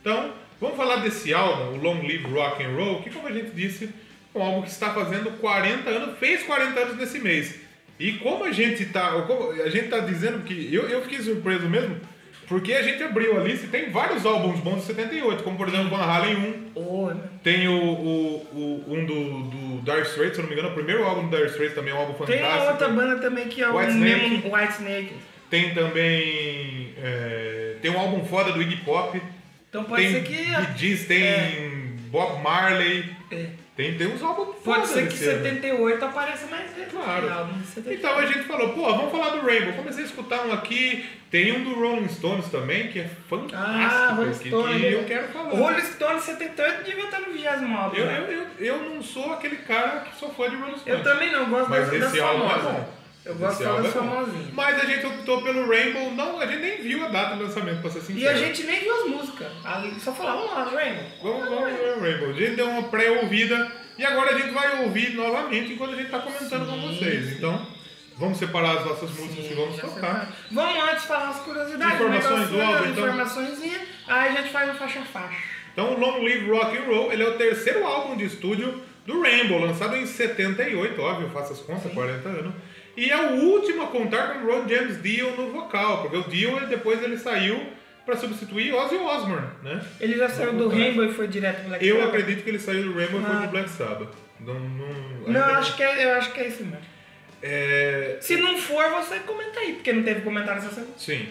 [SPEAKER 3] Então, vamos falar desse álbum, o Long Live Rock and Roll, que como a gente disse, é um álbum que está fazendo 40 anos, fez 40 anos nesse mês. E como a gente tá, ou como a gente tá dizendo que eu, eu fiquei surpreso mesmo, porque a gente abriu a lista e tem vários álbuns bons de 78, como por exemplo Van Halen 1,
[SPEAKER 1] Ô, meu.
[SPEAKER 3] tem o, o- o- um do, do Dire Straits, se eu não me engano, é o primeiro álbum do Dire Straits também é um álbum
[SPEAKER 1] Tem
[SPEAKER 3] fantástico.
[SPEAKER 1] uma outra banda também que é o
[SPEAKER 3] White
[SPEAKER 1] mesmo
[SPEAKER 3] Snake.
[SPEAKER 1] White Snake.
[SPEAKER 3] Tem também, é, tem um álbum foda do Iggy Pop,
[SPEAKER 1] Então pode
[SPEAKER 3] tem
[SPEAKER 1] ser que.
[SPEAKER 3] Bee Gees, tem
[SPEAKER 1] É.
[SPEAKER 3] Bob Marley,
[SPEAKER 1] É.
[SPEAKER 3] tem, tem uns álbuns
[SPEAKER 1] Pode
[SPEAKER 3] foda
[SPEAKER 1] ser que
[SPEAKER 3] desse ano.
[SPEAKER 1] 78 apareça mais vezes. no
[SPEAKER 3] né? Claro.
[SPEAKER 1] final, no 78.
[SPEAKER 3] Então a gente falou, pô, vamos falar do Rainbow. Comecei a escutar um aqui, tem um do Rolling Stones também, que é fantástico.
[SPEAKER 1] Ah, Rolling
[SPEAKER 3] que-
[SPEAKER 1] Stone.
[SPEAKER 3] que
[SPEAKER 1] né?
[SPEAKER 3] eu quero falar.
[SPEAKER 1] Rolling Stone 78 devia estar no 20 álbum.
[SPEAKER 3] Eu,
[SPEAKER 1] né?
[SPEAKER 3] eu, eu, eu não sou aquele cara que sou fã de Rolling Stones.
[SPEAKER 1] Eu também não, gosto
[SPEAKER 3] Mas
[SPEAKER 1] das, das
[SPEAKER 3] esse álbum é
[SPEAKER 1] famosas.
[SPEAKER 3] bom.
[SPEAKER 1] Eu gosto
[SPEAKER 3] Esse
[SPEAKER 1] só
[SPEAKER 3] álbum
[SPEAKER 1] das
[SPEAKER 3] é bom.
[SPEAKER 1] famosinhas.
[SPEAKER 3] Mas a gente optou pelo Rainbow, não, a gente nem viu a data do lançamento, pra ser sincero.
[SPEAKER 1] E a gente nem viu as músicas. Ali Só falava, vamos lá, Raymond.
[SPEAKER 3] Vamos, vamos ver o Rainbow. A gente deu uma pré-ouvida e agora a gente vai ouvir novamente enquanto a gente tá comentando com vocês. Então, vamos separar as nossas músicas e vamos
[SPEAKER 1] Já
[SPEAKER 3] tocar.
[SPEAKER 1] separa. Vamos antes falar as curiosidades.
[SPEAKER 3] Informações do álbum, então?
[SPEAKER 1] Informações aí a gente faz um faixa a faixa.
[SPEAKER 3] Então, Long Live Rock and Roll, ele é o terceiro álbum de estúdio do Rainbow, lançado em 78, óbvio, faça as contas, 40 anos. E é o último a contar com o Ron James Dio no vocal, porque o Dio ele- depois ele saiu para substituir Ozzy Osbourne, né?
[SPEAKER 1] Ele já saiu do Rainbow e foi direto pro Black
[SPEAKER 3] Eu
[SPEAKER 1] Sabbath?
[SPEAKER 3] acredito que ele saiu do Rainbow e foi
[SPEAKER 1] Ah.
[SPEAKER 3] pro Black Sabbath. Não, não,
[SPEAKER 1] Não, eu acho que é, eu acho que é isso mesmo.
[SPEAKER 3] É,
[SPEAKER 1] Se não for, você comenta aí, porque não teve comentário essa semana.
[SPEAKER 3] Sim.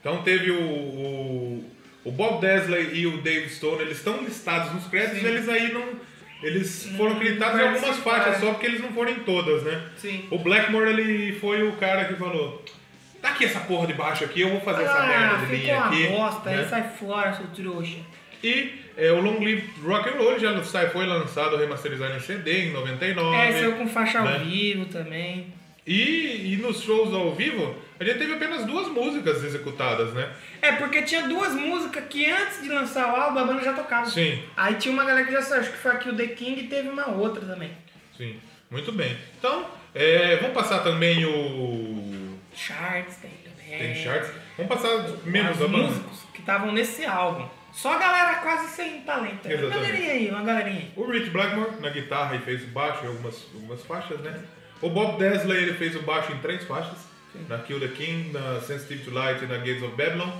[SPEAKER 3] Então teve o, o, o Bob Desley e o Dave Stone, eles estão listados nos créditos, eles aí não. Eles foram acreditados em algumas
[SPEAKER 1] participaram.
[SPEAKER 3] faixas só porque eles não foram em todas, né?
[SPEAKER 1] Sim.
[SPEAKER 3] O Blackmore ele foi o cara que falou: tá aqui essa porra de baixo aqui, eu vou fazer essa merda de
[SPEAKER 1] Ah, ficou
[SPEAKER 3] linha
[SPEAKER 1] uma
[SPEAKER 3] aqui.
[SPEAKER 1] bosta,
[SPEAKER 3] né?
[SPEAKER 1] aí sai fora, seu trouxa.
[SPEAKER 3] E é, o Long Live Rock and Roll já sai, foi lançado, remasterizado em CD em 99.
[SPEAKER 1] É, saiu com faixa
[SPEAKER 3] né?
[SPEAKER 1] ao vivo também.
[SPEAKER 3] E, e nos shows ao vivo, a gente teve apenas duas músicas executadas, né?
[SPEAKER 1] É, porque tinha duas músicas que antes de lançar o álbum a banda já tocava.
[SPEAKER 3] Sim.
[SPEAKER 1] Aí tinha uma galera que já saiu, acho que foi aqui o The King e teve uma outra também.
[SPEAKER 3] Sim, muito bem. Então, é, vamos passar também o.
[SPEAKER 1] Charts tem também.
[SPEAKER 3] Tem charts. Vamos passar menos
[SPEAKER 1] Os
[SPEAKER 3] da banda.
[SPEAKER 1] músicos que estavam nesse álbum. Só a galera quase sem talento. Uma
[SPEAKER 3] Exatamente.
[SPEAKER 1] galerinha aí, uma galerinha aí.
[SPEAKER 3] O Rich Blackmore na guitarra e fez o baixo em algumas, algumas faixas, né? O Bob Desley ele fez o baixo em três faixas, na Kill the King, na Sensitive to Light e na Gates of Babylon.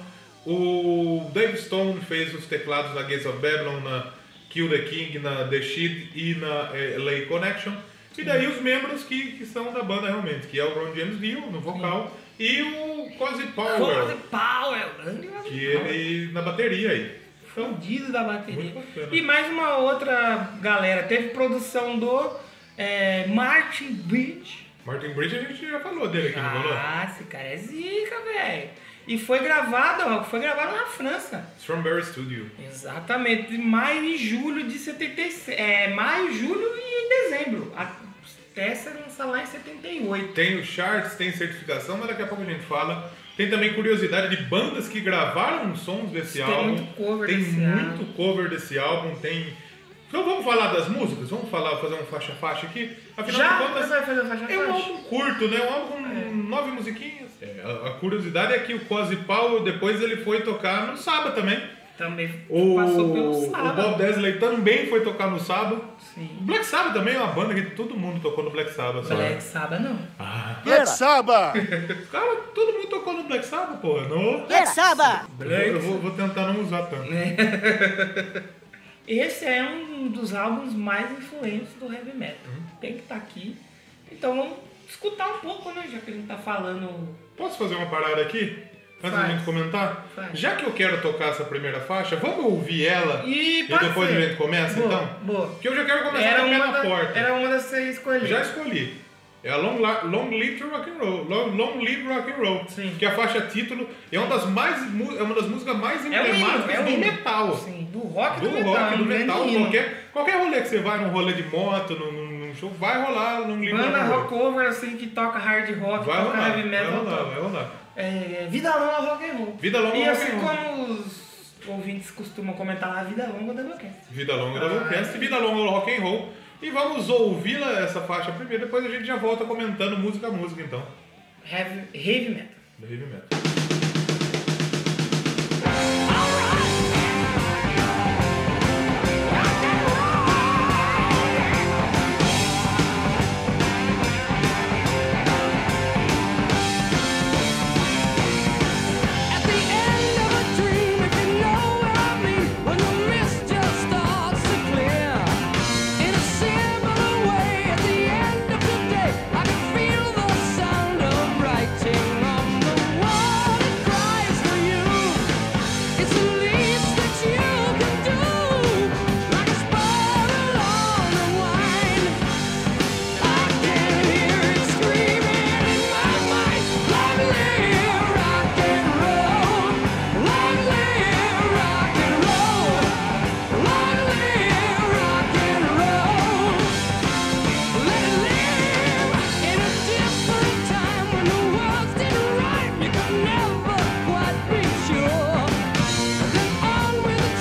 [SPEAKER 3] O Dave Stone fez os teclados na Gates of Babylon, na Kill the King, na The Sheet e na eh, LA Connection. E daí os membros que, que são da banda realmente, que é o Ron James Dio no vocal e o Cozy
[SPEAKER 1] Cole
[SPEAKER 3] Powell,
[SPEAKER 1] Powell, é um grande
[SPEAKER 3] que ele na bateria aí. Então,
[SPEAKER 1] Fudido da bateria.
[SPEAKER 3] Muito bacana.
[SPEAKER 1] E mais uma outra galera. Teve produção do é, Martin Beach.
[SPEAKER 3] Martin Bridge a gente já falou dele aqui, não falou?
[SPEAKER 1] Ah, esse cara é zica, velho. E foi gravado, ó, foi gravado na França.
[SPEAKER 3] Strawberry Studio.
[SPEAKER 1] Exatamente, de maio e julho de 76. É, maio, julho e dezembro. Até se lançar lá em 78.
[SPEAKER 3] Tem o charts, tem certificação, mas daqui a pouco a gente fala. Tem também curiosidade de bandas que gravaram sons desse
[SPEAKER 1] Tem
[SPEAKER 3] álbum.
[SPEAKER 1] muito cover
[SPEAKER 3] tem
[SPEAKER 1] desse
[SPEAKER 3] muito
[SPEAKER 1] álbum.
[SPEAKER 3] cover desse álbum. Tem. Então vamos falar das músicas? Vamos falar, fazer um faixa a faixa aqui? Afinal
[SPEAKER 1] Já
[SPEAKER 3] de
[SPEAKER 1] você
[SPEAKER 3] contas,
[SPEAKER 1] vai fazer É. a faixa
[SPEAKER 3] é
[SPEAKER 1] faixa?
[SPEAKER 3] um álbum curto, né? Um álbum com nove musiquinhas. É, a, a curiosidade é que o Cosi Powell depois ele foi tocar no Saba também.
[SPEAKER 1] Também
[SPEAKER 3] O,
[SPEAKER 1] passou pelo
[SPEAKER 3] o Bob
[SPEAKER 1] sábado.
[SPEAKER 3] Desley também foi tocar no Saba. O
[SPEAKER 1] Sim.
[SPEAKER 3] Black Sabbath também é uma banda que todo mundo tocou no Black Sabbath. sabe?
[SPEAKER 1] Black Sabbath não.
[SPEAKER 7] Black Saba!
[SPEAKER 3] Cara, todo mundo tocou no Black Sabbath, porra. No...
[SPEAKER 7] Black Saba!
[SPEAKER 3] Eu vou, vou tentar não usar tanto.
[SPEAKER 1] É. Esse é um dos álbuns mais influentes do heavy metal.
[SPEAKER 3] Uhum.
[SPEAKER 1] Tem que estar aqui. Então vamos escutar um pouco, né? Já que a gente tá falando.
[SPEAKER 3] Posso fazer uma parada aqui? Antes da
[SPEAKER 1] Faz.
[SPEAKER 3] gente comentar?
[SPEAKER 1] Faz.
[SPEAKER 3] Já que eu quero tocar essa primeira faixa, vamos ouvir ela
[SPEAKER 1] E, pode
[SPEAKER 3] depois
[SPEAKER 1] ser.
[SPEAKER 3] a gente começa,
[SPEAKER 1] Boa,
[SPEAKER 3] então?
[SPEAKER 1] Boa.
[SPEAKER 3] Porque eu já quero começar
[SPEAKER 1] Era
[SPEAKER 3] com o pé
[SPEAKER 1] uma,
[SPEAKER 3] na
[SPEAKER 1] da-
[SPEAKER 3] porta.
[SPEAKER 1] era uma das seis escolhidas.
[SPEAKER 3] Já escolhi. É a Long, La- Long Live to Rock and Roll. Long, Long Live Rock and Roll.
[SPEAKER 1] Sim.
[SPEAKER 3] Que é a faixa título. É uma das, mais, mu- é uma das músicas mais
[SPEAKER 1] É um hino,
[SPEAKER 3] emblemáticas
[SPEAKER 1] é um
[SPEAKER 3] do
[SPEAKER 1] hino.
[SPEAKER 3] metal. assim.
[SPEAKER 1] Sim, do rock
[SPEAKER 3] do
[SPEAKER 1] do, metal.
[SPEAKER 3] rock,
[SPEAKER 1] é um
[SPEAKER 3] do
[SPEAKER 1] grande
[SPEAKER 3] metal,
[SPEAKER 1] hino.
[SPEAKER 3] qualquer, qualquer rolê que você vai, num rolê de moto, num, num- num show, vai rolar num livro.
[SPEAKER 1] Banda
[SPEAKER 3] novo.
[SPEAKER 1] rock cover assim que toca hard rock,
[SPEAKER 3] vai
[SPEAKER 1] toca
[SPEAKER 3] rolar,
[SPEAKER 1] heavy
[SPEAKER 3] vai
[SPEAKER 1] metal.
[SPEAKER 3] rolar,
[SPEAKER 1] toca-
[SPEAKER 3] vai rolar.
[SPEAKER 1] É, vida longa rock and roll.
[SPEAKER 3] Vida longa,
[SPEAKER 1] E
[SPEAKER 3] rock
[SPEAKER 1] assim
[SPEAKER 3] and roll.
[SPEAKER 1] como os ouvintes costumam comentar lá, vida longa da Bocast.
[SPEAKER 3] Vida longa
[SPEAKER 1] Ah,
[SPEAKER 3] da Rockcast,
[SPEAKER 1] é.
[SPEAKER 3] vida longa do rock and roll. E vamos ouvi-la essa faixa primeiro, depois a gente já volta comentando música a música então.
[SPEAKER 1] Heavy, heavy metal.
[SPEAKER 3] Do heavy metal.
[SPEAKER 8] At the end of a dream, if you know what I mean, when the mist just starts to clear. In a similar way, at the end of the day, I can feel the sound of writing on the wall that cries for you. It's the least that you can do, like a spiral on the wine. I can hear it screaming in my mind. Long live rock and roll. Long live rock and roll. Long live rock and roll. Let it live in a different time when the world's did right. You could never quite be sure. The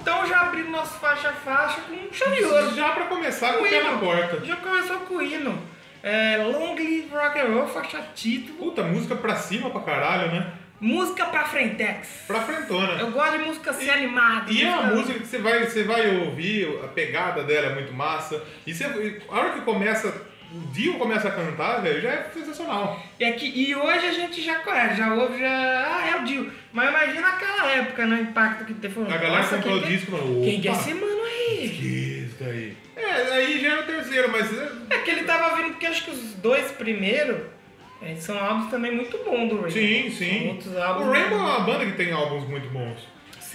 [SPEAKER 1] Então, nosso faixa a faixa com um chave de ouro.
[SPEAKER 3] Já pra começar
[SPEAKER 1] Um
[SPEAKER 3] com o pé Tá na porta.
[SPEAKER 1] Já começou com o hino. É, Long Live Rock and Roll, faixa título.
[SPEAKER 3] Puta, música pra cima pra caralho, né?
[SPEAKER 1] Música pra frentex.
[SPEAKER 3] Pra frentona.
[SPEAKER 1] Eu gosto de música assim animada.
[SPEAKER 3] E é uma música que você vai, você vai ouvir, a pegada dela é muito massa. E você, e a hora que começa, o Dio começa a cantar, velho, já é sensacional.
[SPEAKER 1] E, aqui, e hoje a gente já conhece, já ouve, já. Ah, é o Dio. Mas imagina aquela época, né? O impacto que teve.
[SPEAKER 3] A galera
[SPEAKER 1] Nossa,
[SPEAKER 3] comprou o
[SPEAKER 1] quem que-
[SPEAKER 3] disco e falou,
[SPEAKER 1] Quem que é
[SPEAKER 3] "Opa,
[SPEAKER 1] esse mano aí?
[SPEAKER 3] que isso daí? É, aí já é o terceiro, mas é,
[SPEAKER 1] É que ele tava vindo, porque acho que os dois primeiros é, são álbuns também muito bons do Rainbow.
[SPEAKER 3] Sim,
[SPEAKER 1] São
[SPEAKER 3] sim.
[SPEAKER 1] outros álbuns.
[SPEAKER 3] O Rainbow é uma banda que tem álbuns muito bons.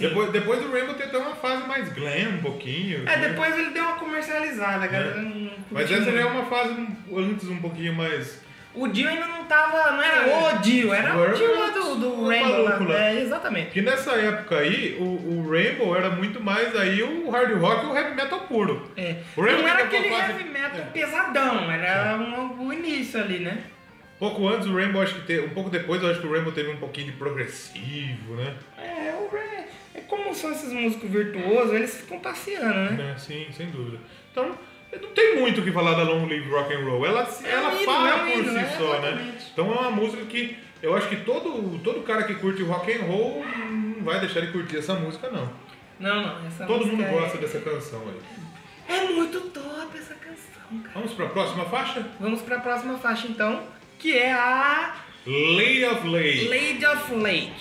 [SPEAKER 3] Depois, depois do Rainbow tem até uma fase mais glam, um pouquinho.
[SPEAKER 1] É,
[SPEAKER 3] né?
[SPEAKER 1] depois ele deu uma comercializada, a galera. não- não
[SPEAKER 3] Mas
[SPEAKER 1] curtiu
[SPEAKER 3] essa já é
[SPEAKER 1] muito.
[SPEAKER 3] uma fase um- antes um pouquinho mais.
[SPEAKER 1] O Dio ainda não tava. Não era o Dio, era
[SPEAKER 3] Agora
[SPEAKER 1] o Dio lá
[SPEAKER 3] é
[SPEAKER 1] do,
[SPEAKER 3] um
[SPEAKER 1] do Rainbow. lá.
[SPEAKER 3] maluco lá.
[SPEAKER 1] É, exatamente.
[SPEAKER 3] Porque nessa época aí, o, o Rainbow era muito mais aí o hard rock e o heavy metal puro.
[SPEAKER 1] É.
[SPEAKER 3] O Rainbow
[SPEAKER 1] Não era
[SPEAKER 3] teve uma
[SPEAKER 1] aquele
[SPEAKER 3] fase-
[SPEAKER 1] heavy metal
[SPEAKER 3] é.
[SPEAKER 1] pesadão, era um, o início ali, né?
[SPEAKER 3] Pouco antes o Rainbow, acho que teve. Um pouco depois eu acho que o Rainbow teve um pouquinho de progressivo, né?
[SPEAKER 1] É, o Ra- é como são esses músicos virtuosos, eles ficam passeando, né?
[SPEAKER 3] É, sim, sem dúvida. Então, não tem muito o que falar da Long Live Rock and Roll. Ela,
[SPEAKER 1] É
[SPEAKER 3] ela
[SPEAKER 1] um hino,
[SPEAKER 3] fala
[SPEAKER 1] é um
[SPEAKER 3] por
[SPEAKER 1] hino,
[SPEAKER 3] si
[SPEAKER 1] é,
[SPEAKER 3] só, né?
[SPEAKER 1] exatamente.
[SPEAKER 3] Então é uma música que eu acho que todo, todo cara que curte rock and roll não vai deixar de curtir essa música, não.
[SPEAKER 1] Não, não, essa
[SPEAKER 3] Todo
[SPEAKER 1] música
[SPEAKER 3] mundo
[SPEAKER 1] é-
[SPEAKER 3] gosta dessa canção aí.
[SPEAKER 1] É muito top essa canção, cara.
[SPEAKER 3] Vamos para a próxima faixa?
[SPEAKER 1] Vamos pra próxima faixa então, que é a
[SPEAKER 3] Lay of Lay.
[SPEAKER 1] Lady of Lake.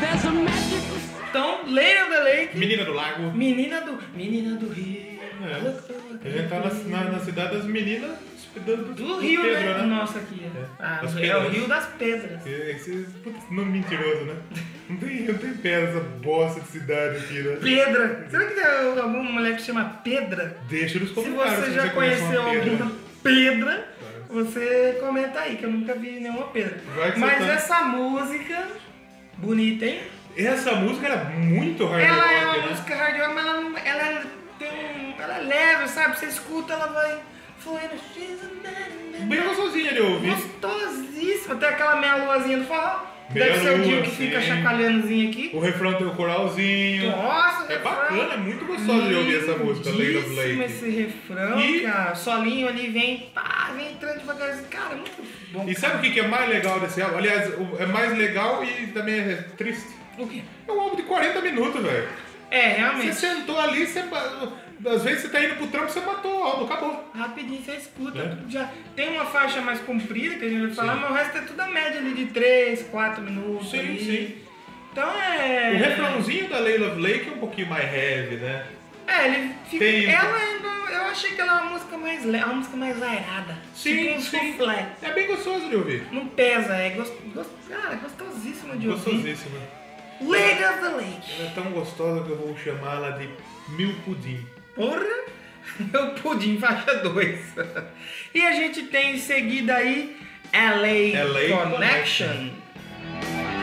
[SPEAKER 8] There's a magical
[SPEAKER 1] Então, Lady of the Lake,
[SPEAKER 3] Menina do Lago.
[SPEAKER 1] menina do. Menina do Rio.
[SPEAKER 3] É. A gente tá na, na, na cidade das meninas do, do-
[SPEAKER 1] Do
[SPEAKER 3] do
[SPEAKER 1] Rio,
[SPEAKER 3] Pedro,
[SPEAKER 1] né? Nossa, aqui. É, ah,
[SPEAKER 3] Das
[SPEAKER 1] é o
[SPEAKER 3] pedras.
[SPEAKER 1] Rio das Pedras.
[SPEAKER 3] É, Esse putz, nome mentiroso, né? Não tem, não tem pedra essa bosta de cidade aqui, né?
[SPEAKER 1] Pedra! Será que tem algum moleque que chama Pedra?
[SPEAKER 3] Deixa nos
[SPEAKER 1] Se
[SPEAKER 3] comentários.
[SPEAKER 1] você já
[SPEAKER 3] conhece
[SPEAKER 1] conheceu
[SPEAKER 3] uma pedra.
[SPEAKER 1] alguma pedra, você comenta aí, que eu nunca vi nenhuma pedra.
[SPEAKER 3] Vai que
[SPEAKER 1] Mas
[SPEAKER 3] você tá-
[SPEAKER 1] essa música, bonita, hein?
[SPEAKER 3] Essa música era muito hard
[SPEAKER 1] Ela é
[SPEAKER 3] rock,
[SPEAKER 1] uma
[SPEAKER 3] né?
[SPEAKER 1] música hard rock, mas ela, não- ela é, tem um. Ela é leve, sabe? Você escuta, ela vai fluindo.
[SPEAKER 3] Bem gostosinha de ouvir.
[SPEAKER 1] Gostosíssima. Tem aquela meia luazinha do forró.
[SPEAKER 3] Meia
[SPEAKER 1] Deve ser o
[SPEAKER 3] lua,
[SPEAKER 1] Dio que fica
[SPEAKER 3] sim.
[SPEAKER 1] chacoalhandozinho aqui.
[SPEAKER 3] O refrão tem o coralzinho.
[SPEAKER 1] Nossa,
[SPEAKER 3] É
[SPEAKER 1] refrão.
[SPEAKER 3] bacana, é muito gostoso de ouvir essa música, Lady of
[SPEAKER 1] Lindíssimo
[SPEAKER 3] Lake.
[SPEAKER 1] esse refrão,
[SPEAKER 3] E-
[SPEAKER 1] cara. Solinho ali vem, pá, vem entrando devagarzinho. Cara, é muito bom.
[SPEAKER 3] E sabe o que que é mais legal desse álbum? Aliás, o- é mais legal e também é triste.
[SPEAKER 1] O quê?
[SPEAKER 3] É um álbum de 40 minutos, velho.
[SPEAKER 1] É,
[SPEAKER 3] Você
[SPEAKER 1] realmente.
[SPEAKER 3] sentou ali, você... ba- às vezes você tá indo pro trampo, você matou o álbum, acabou.
[SPEAKER 1] tá Rapidinho você escuta.
[SPEAKER 3] É.
[SPEAKER 1] tudo Já tem uma faixa mais comprida que a gente vai falar, mas o resto é tudo a média ali de 3, 4 minutos.
[SPEAKER 3] Sim,
[SPEAKER 1] ali.
[SPEAKER 3] sim.
[SPEAKER 1] Então é.
[SPEAKER 3] O um refrãozinho da Lay of Lake é um pouquinho mais heavy, né?
[SPEAKER 1] É, ele fica.
[SPEAKER 3] Tem-
[SPEAKER 1] Ela ainda. Eu achei que ela é uma música mais leve, uma música mais airada.
[SPEAKER 3] Sim,
[SPEAKER 1] Tipo um
[SPEAKER 3] sim.
[SPEAKER 1] soufflé.
[SPEAKER 3] É bem gostoso de ouvir.
[SPEAKER 1] Não pesa, é gost... gost- Cara, é gostosíssimo de ouvir.
[SPEAKER 3] Gostosíssimo.
[SPEAKER 1] Lady of the Lake.
[SPEAKER 3] Ela é tão gostosa que eu vou chamá-la de Mil Pudim.
[SPEAKER 1] Porra! Meu pudim, faixa 2. E a gente tem em seguida aí LA,
[SPEAKER 3] LA
[SPEAKER 1] Connection.
[SPEAKER 3] Connection.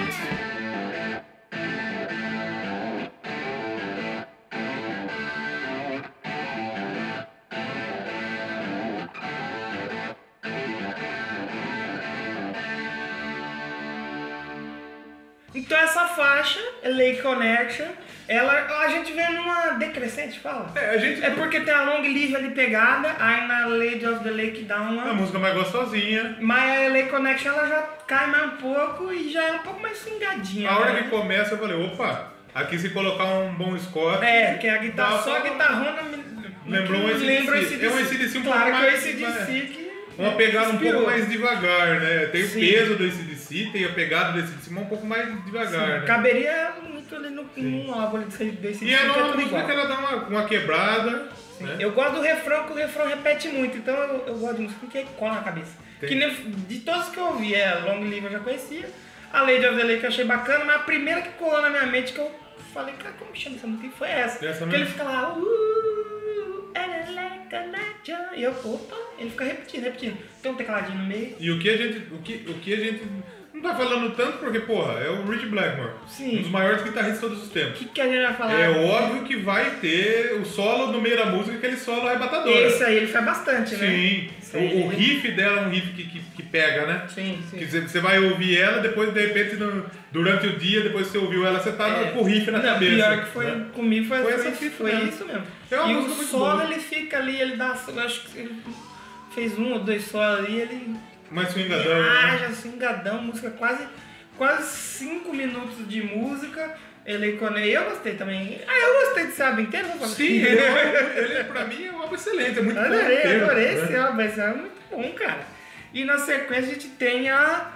[SPEAKER 1] Então essa faixa, LA Connection, ela a gente vê numa decrescente, fala.
[SPEAKER 3] É, a gente...
[SPEAKER 1] É porque tem a long live ali pegada, aí na Lady of the Lake dá
[SPEAKER 3] É a
[SPEAKER 1] uma.
[SPEAKER 3] música mais gostosinha.
[SPEAKER 1] Mas a LA Connection ela já cai mais um pouco e já é um pouco mais singadinha.
[SPEAKER 3] A hora
[SPEAKER 1] né?
[SPEAKER 3] que começa, eu falei, opa, aqui se colocar um bom score...
[SPEAKER 1] É, porque a guitarra,
[SPEAKER 3] Dá
[SPEAKER 1] só a
[SPEAKER 3] pra-
[SPEAKER 1] guitarrona me.
[SPEAKER 3] Lembrou um AC/DC.
[SPEAKER 1] Lembra
[SPEAKER 3] É um AC/DC um
[SPEAKER 1] Claro
[SPEAKER 3] pouco
[SPEAKER 1] que é o
[SPEAKER 3] mais-
[SPEAKER 1] ACDC que.
[SPEAKER 3] Uma pegada um
[SPEAKER 1] inspirou.
[SPEAKER 3] pouco mais devagar, né? Tem
[SPEAKER 1] Sim.
[SPEAKER 3] o peso do ACDC, tem a pegada do ACDC, mas um pouco mais devagar, né?
[SPEAKER 1] Caberia muito ali no, num álbum ali desse, desse
[SPEAKER 3] E ela é
[SPEAKER 1] disco,
[SPEAKER 3] uma
[SPEAKER 1] um tudo
[SPEAKER 3] música
[SPEAKER 1] igual.
[SPEAKER 3] que ela dá uma, uma quebrada, né?
[SPEAKER 1] Eu gosto do refrão, que o refrão repete muito, então eu, eu gosto de música que cola na cabeça.
[SPEAKER 3] Tem.
[SPEAKER 1] Que nem- de todos que eu ouvi, é Long Live eu já conhecia, a Lady of the Lake eu achei bacana, mas a primeira que colou na minha mente que eu falei, cara, como que chama essa música? E foi essa.
[SPEAKER 3] Essa
[SPEAKER 1] Porque ele
[SPEAKER 3] mesmo?
[SPEAKER 1] fica lá, uh, ela like a legend. e eu, opa, ele fica repetindo, repetindo. Tem um tecladinho no meio.
[SPEAKER 3] E o que a gente. O que, o que a gente. Não tá falando tanto porque, porra, é o Rich Blackmore.
[SPEAKER 1] Sim. Ah,
[SPEAKER 3] Um dos maiores guitarristas de todos os
[SPEAKER 1] O
[SPEAKER 3] tempos.
[SPEAKER 1] que, que a gente vai falar?
[SPEAKER 3] É óbvio que vai ter o solo no meio da música, aquele solo arrebatador.
[SPEAKER 1] Esse aí ele faz bastante, né?
[SPEAKER 3] Sim.
[SPEAKER 1] Isso aí,
[SPEAKER 3] O, o
[SPEAKER 1] né?
[SPEAKER 3] riff dela é um riff que, que, que pega, né?
[SPEAKER 1] Sim, sim.
[SPEAKER 3] Que você- você vai ouvir ela, depois de repente, no- durante o dia, depois que você ouviu ela, você tá
[SPEAKER 1] É.
[SPEAKER 3] com o riff na
[SPEAKER 1] Não,
[SPEAKER 3] cabeça.
[SPEAKER 1] Pior que foi um
[SPEAKER 3] né?
[SPEAKER 1] comigo, foi,
[SPEAKER 3] Foi
[SPEAKER 1] foi,
[SPEAKER 3] essa
[SPEAKER 1] isso-
[SPEAKER 3] fita
[SPEAKER 1] foi
[SPEAKER 3] mesmo.
[SPEAKER 1] isso mesmo.
[SPEAKER 3] É uma
[SPEAKER 1] e o
[SPEAKER 3] música muito
[SPEAKER 1] solo
[SPEAKER 3] boa.
[SPEAKER 1] ele fica ali, ele dá. Eu acho que ele fez um ou dois solos ali, ele
[SPEAKER 3] Mas swingadão,
[SPEAKER 1] Ah,
[SPEAKER 3] né?
[SPEAKER 1] viaja, singadão, música quase, quase cinco minutos de música. Ele quando eu gostei também. Ah, eu gostei desse álbum inteiro, vou falar. assim.
[SPEAKER 3] Sim, ele, é- ele, pra mim é uma obra excelente, é muito bom
[SPEAKER 1] Adorei,
[SPEAKER 3] inteiro,
[SPEAKER 1] adorei
[SPEAKER 3] né?
[SPEAKER 1] esse álbum, esse álbum é muito bom, cara. E na sequência a gente tem a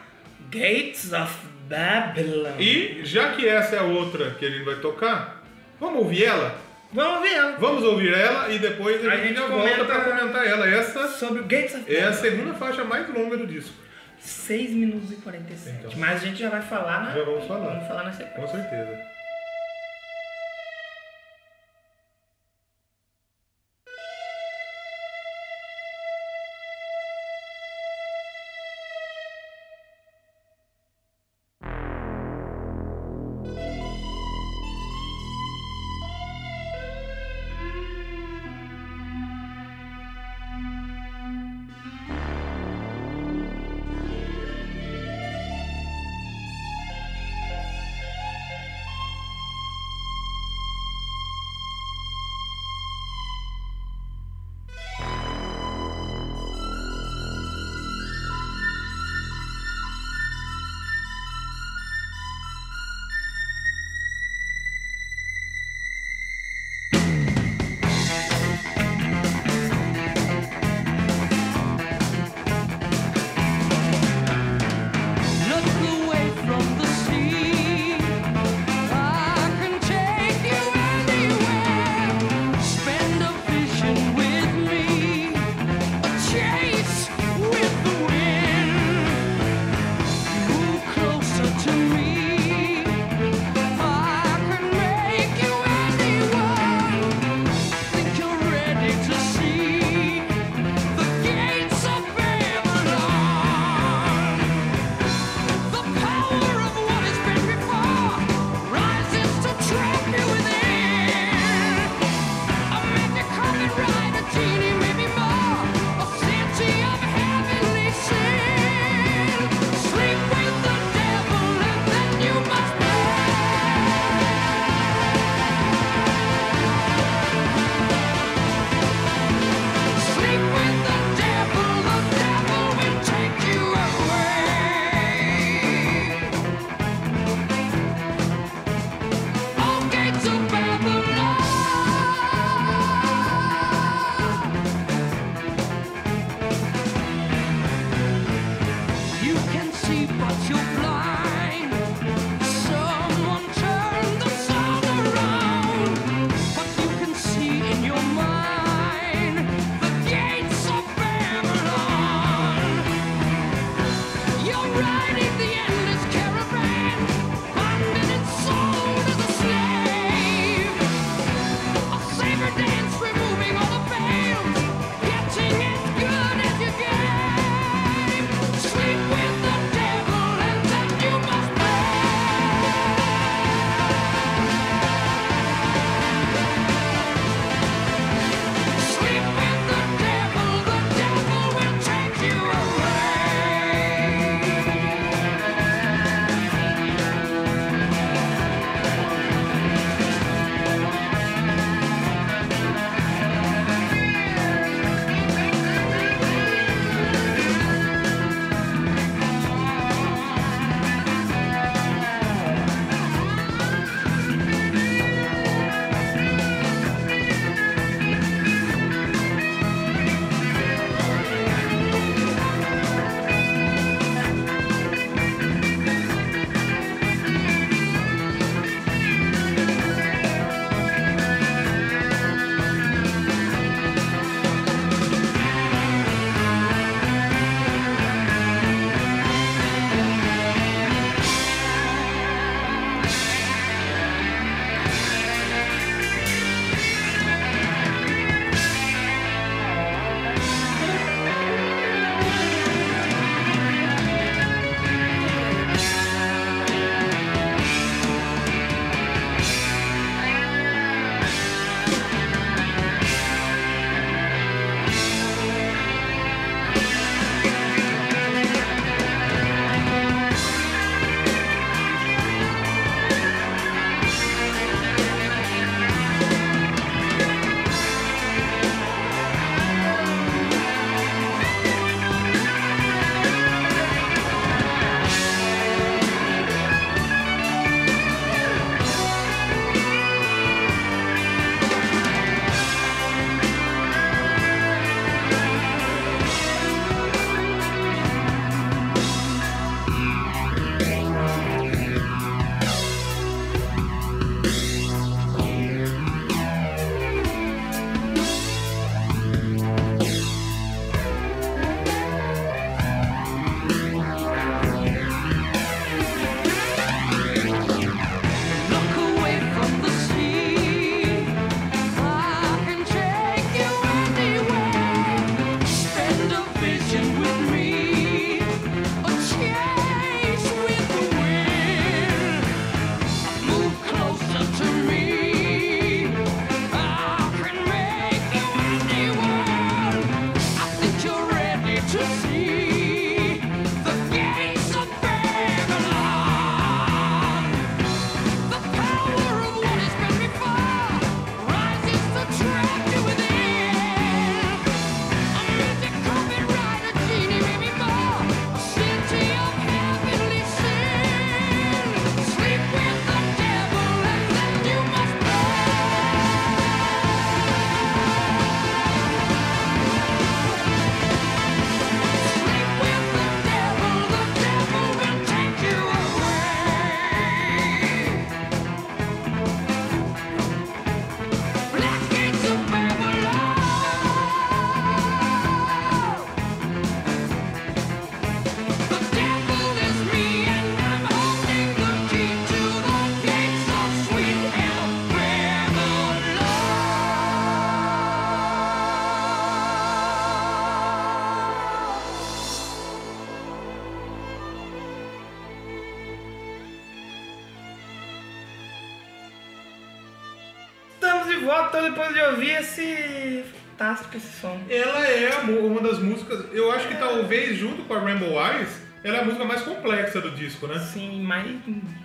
[SPEAKER 1] Gates of Babylon.
[SPEAKER 3] E já que essa é a outra que ele vai tocar, vamos ouvir ela?
[SPEAKER 1] Vamos ver ela.
[SPEAKER 3] Vamos ouvir ela e depois a,
[SPEAKER 1] A
[SPEAKER 3] gente,
[SPEAKER 1] gente
[SPEAKER 3] volta
[SPEAKER 1] comenta-
[SPEAKER 3] pra comentar ela. Essa
[SPEAKER 1] Sobre o Gates of
[SPEAKER 3] é a segunda faixa mais longa do disco,
[SPEAKER 1] 6 minutos e 47.
[SPEAKER 3] Então.
[SPEAKER 1] Mas a gente já vai falar na.
[SPEAKER 3] Já vamos falar.
[SPEAKER 1] Vamos falar na
[SPEAKER 3] com
[SPEAKER 1] sequência.
[SPEAKER 3] certeza.
[SPEAKER 8] Thank
[SPEAKER 1] volta então, depois de ouvir esse. Fantástico esse som.
[SPEAKER 3] Ela é a mu- uma das músicas, eu acho que talvez junto com a Rainbow Eyes, ela é a música mais complexa do disco, né?
[SPEAKER 1] Assim, mais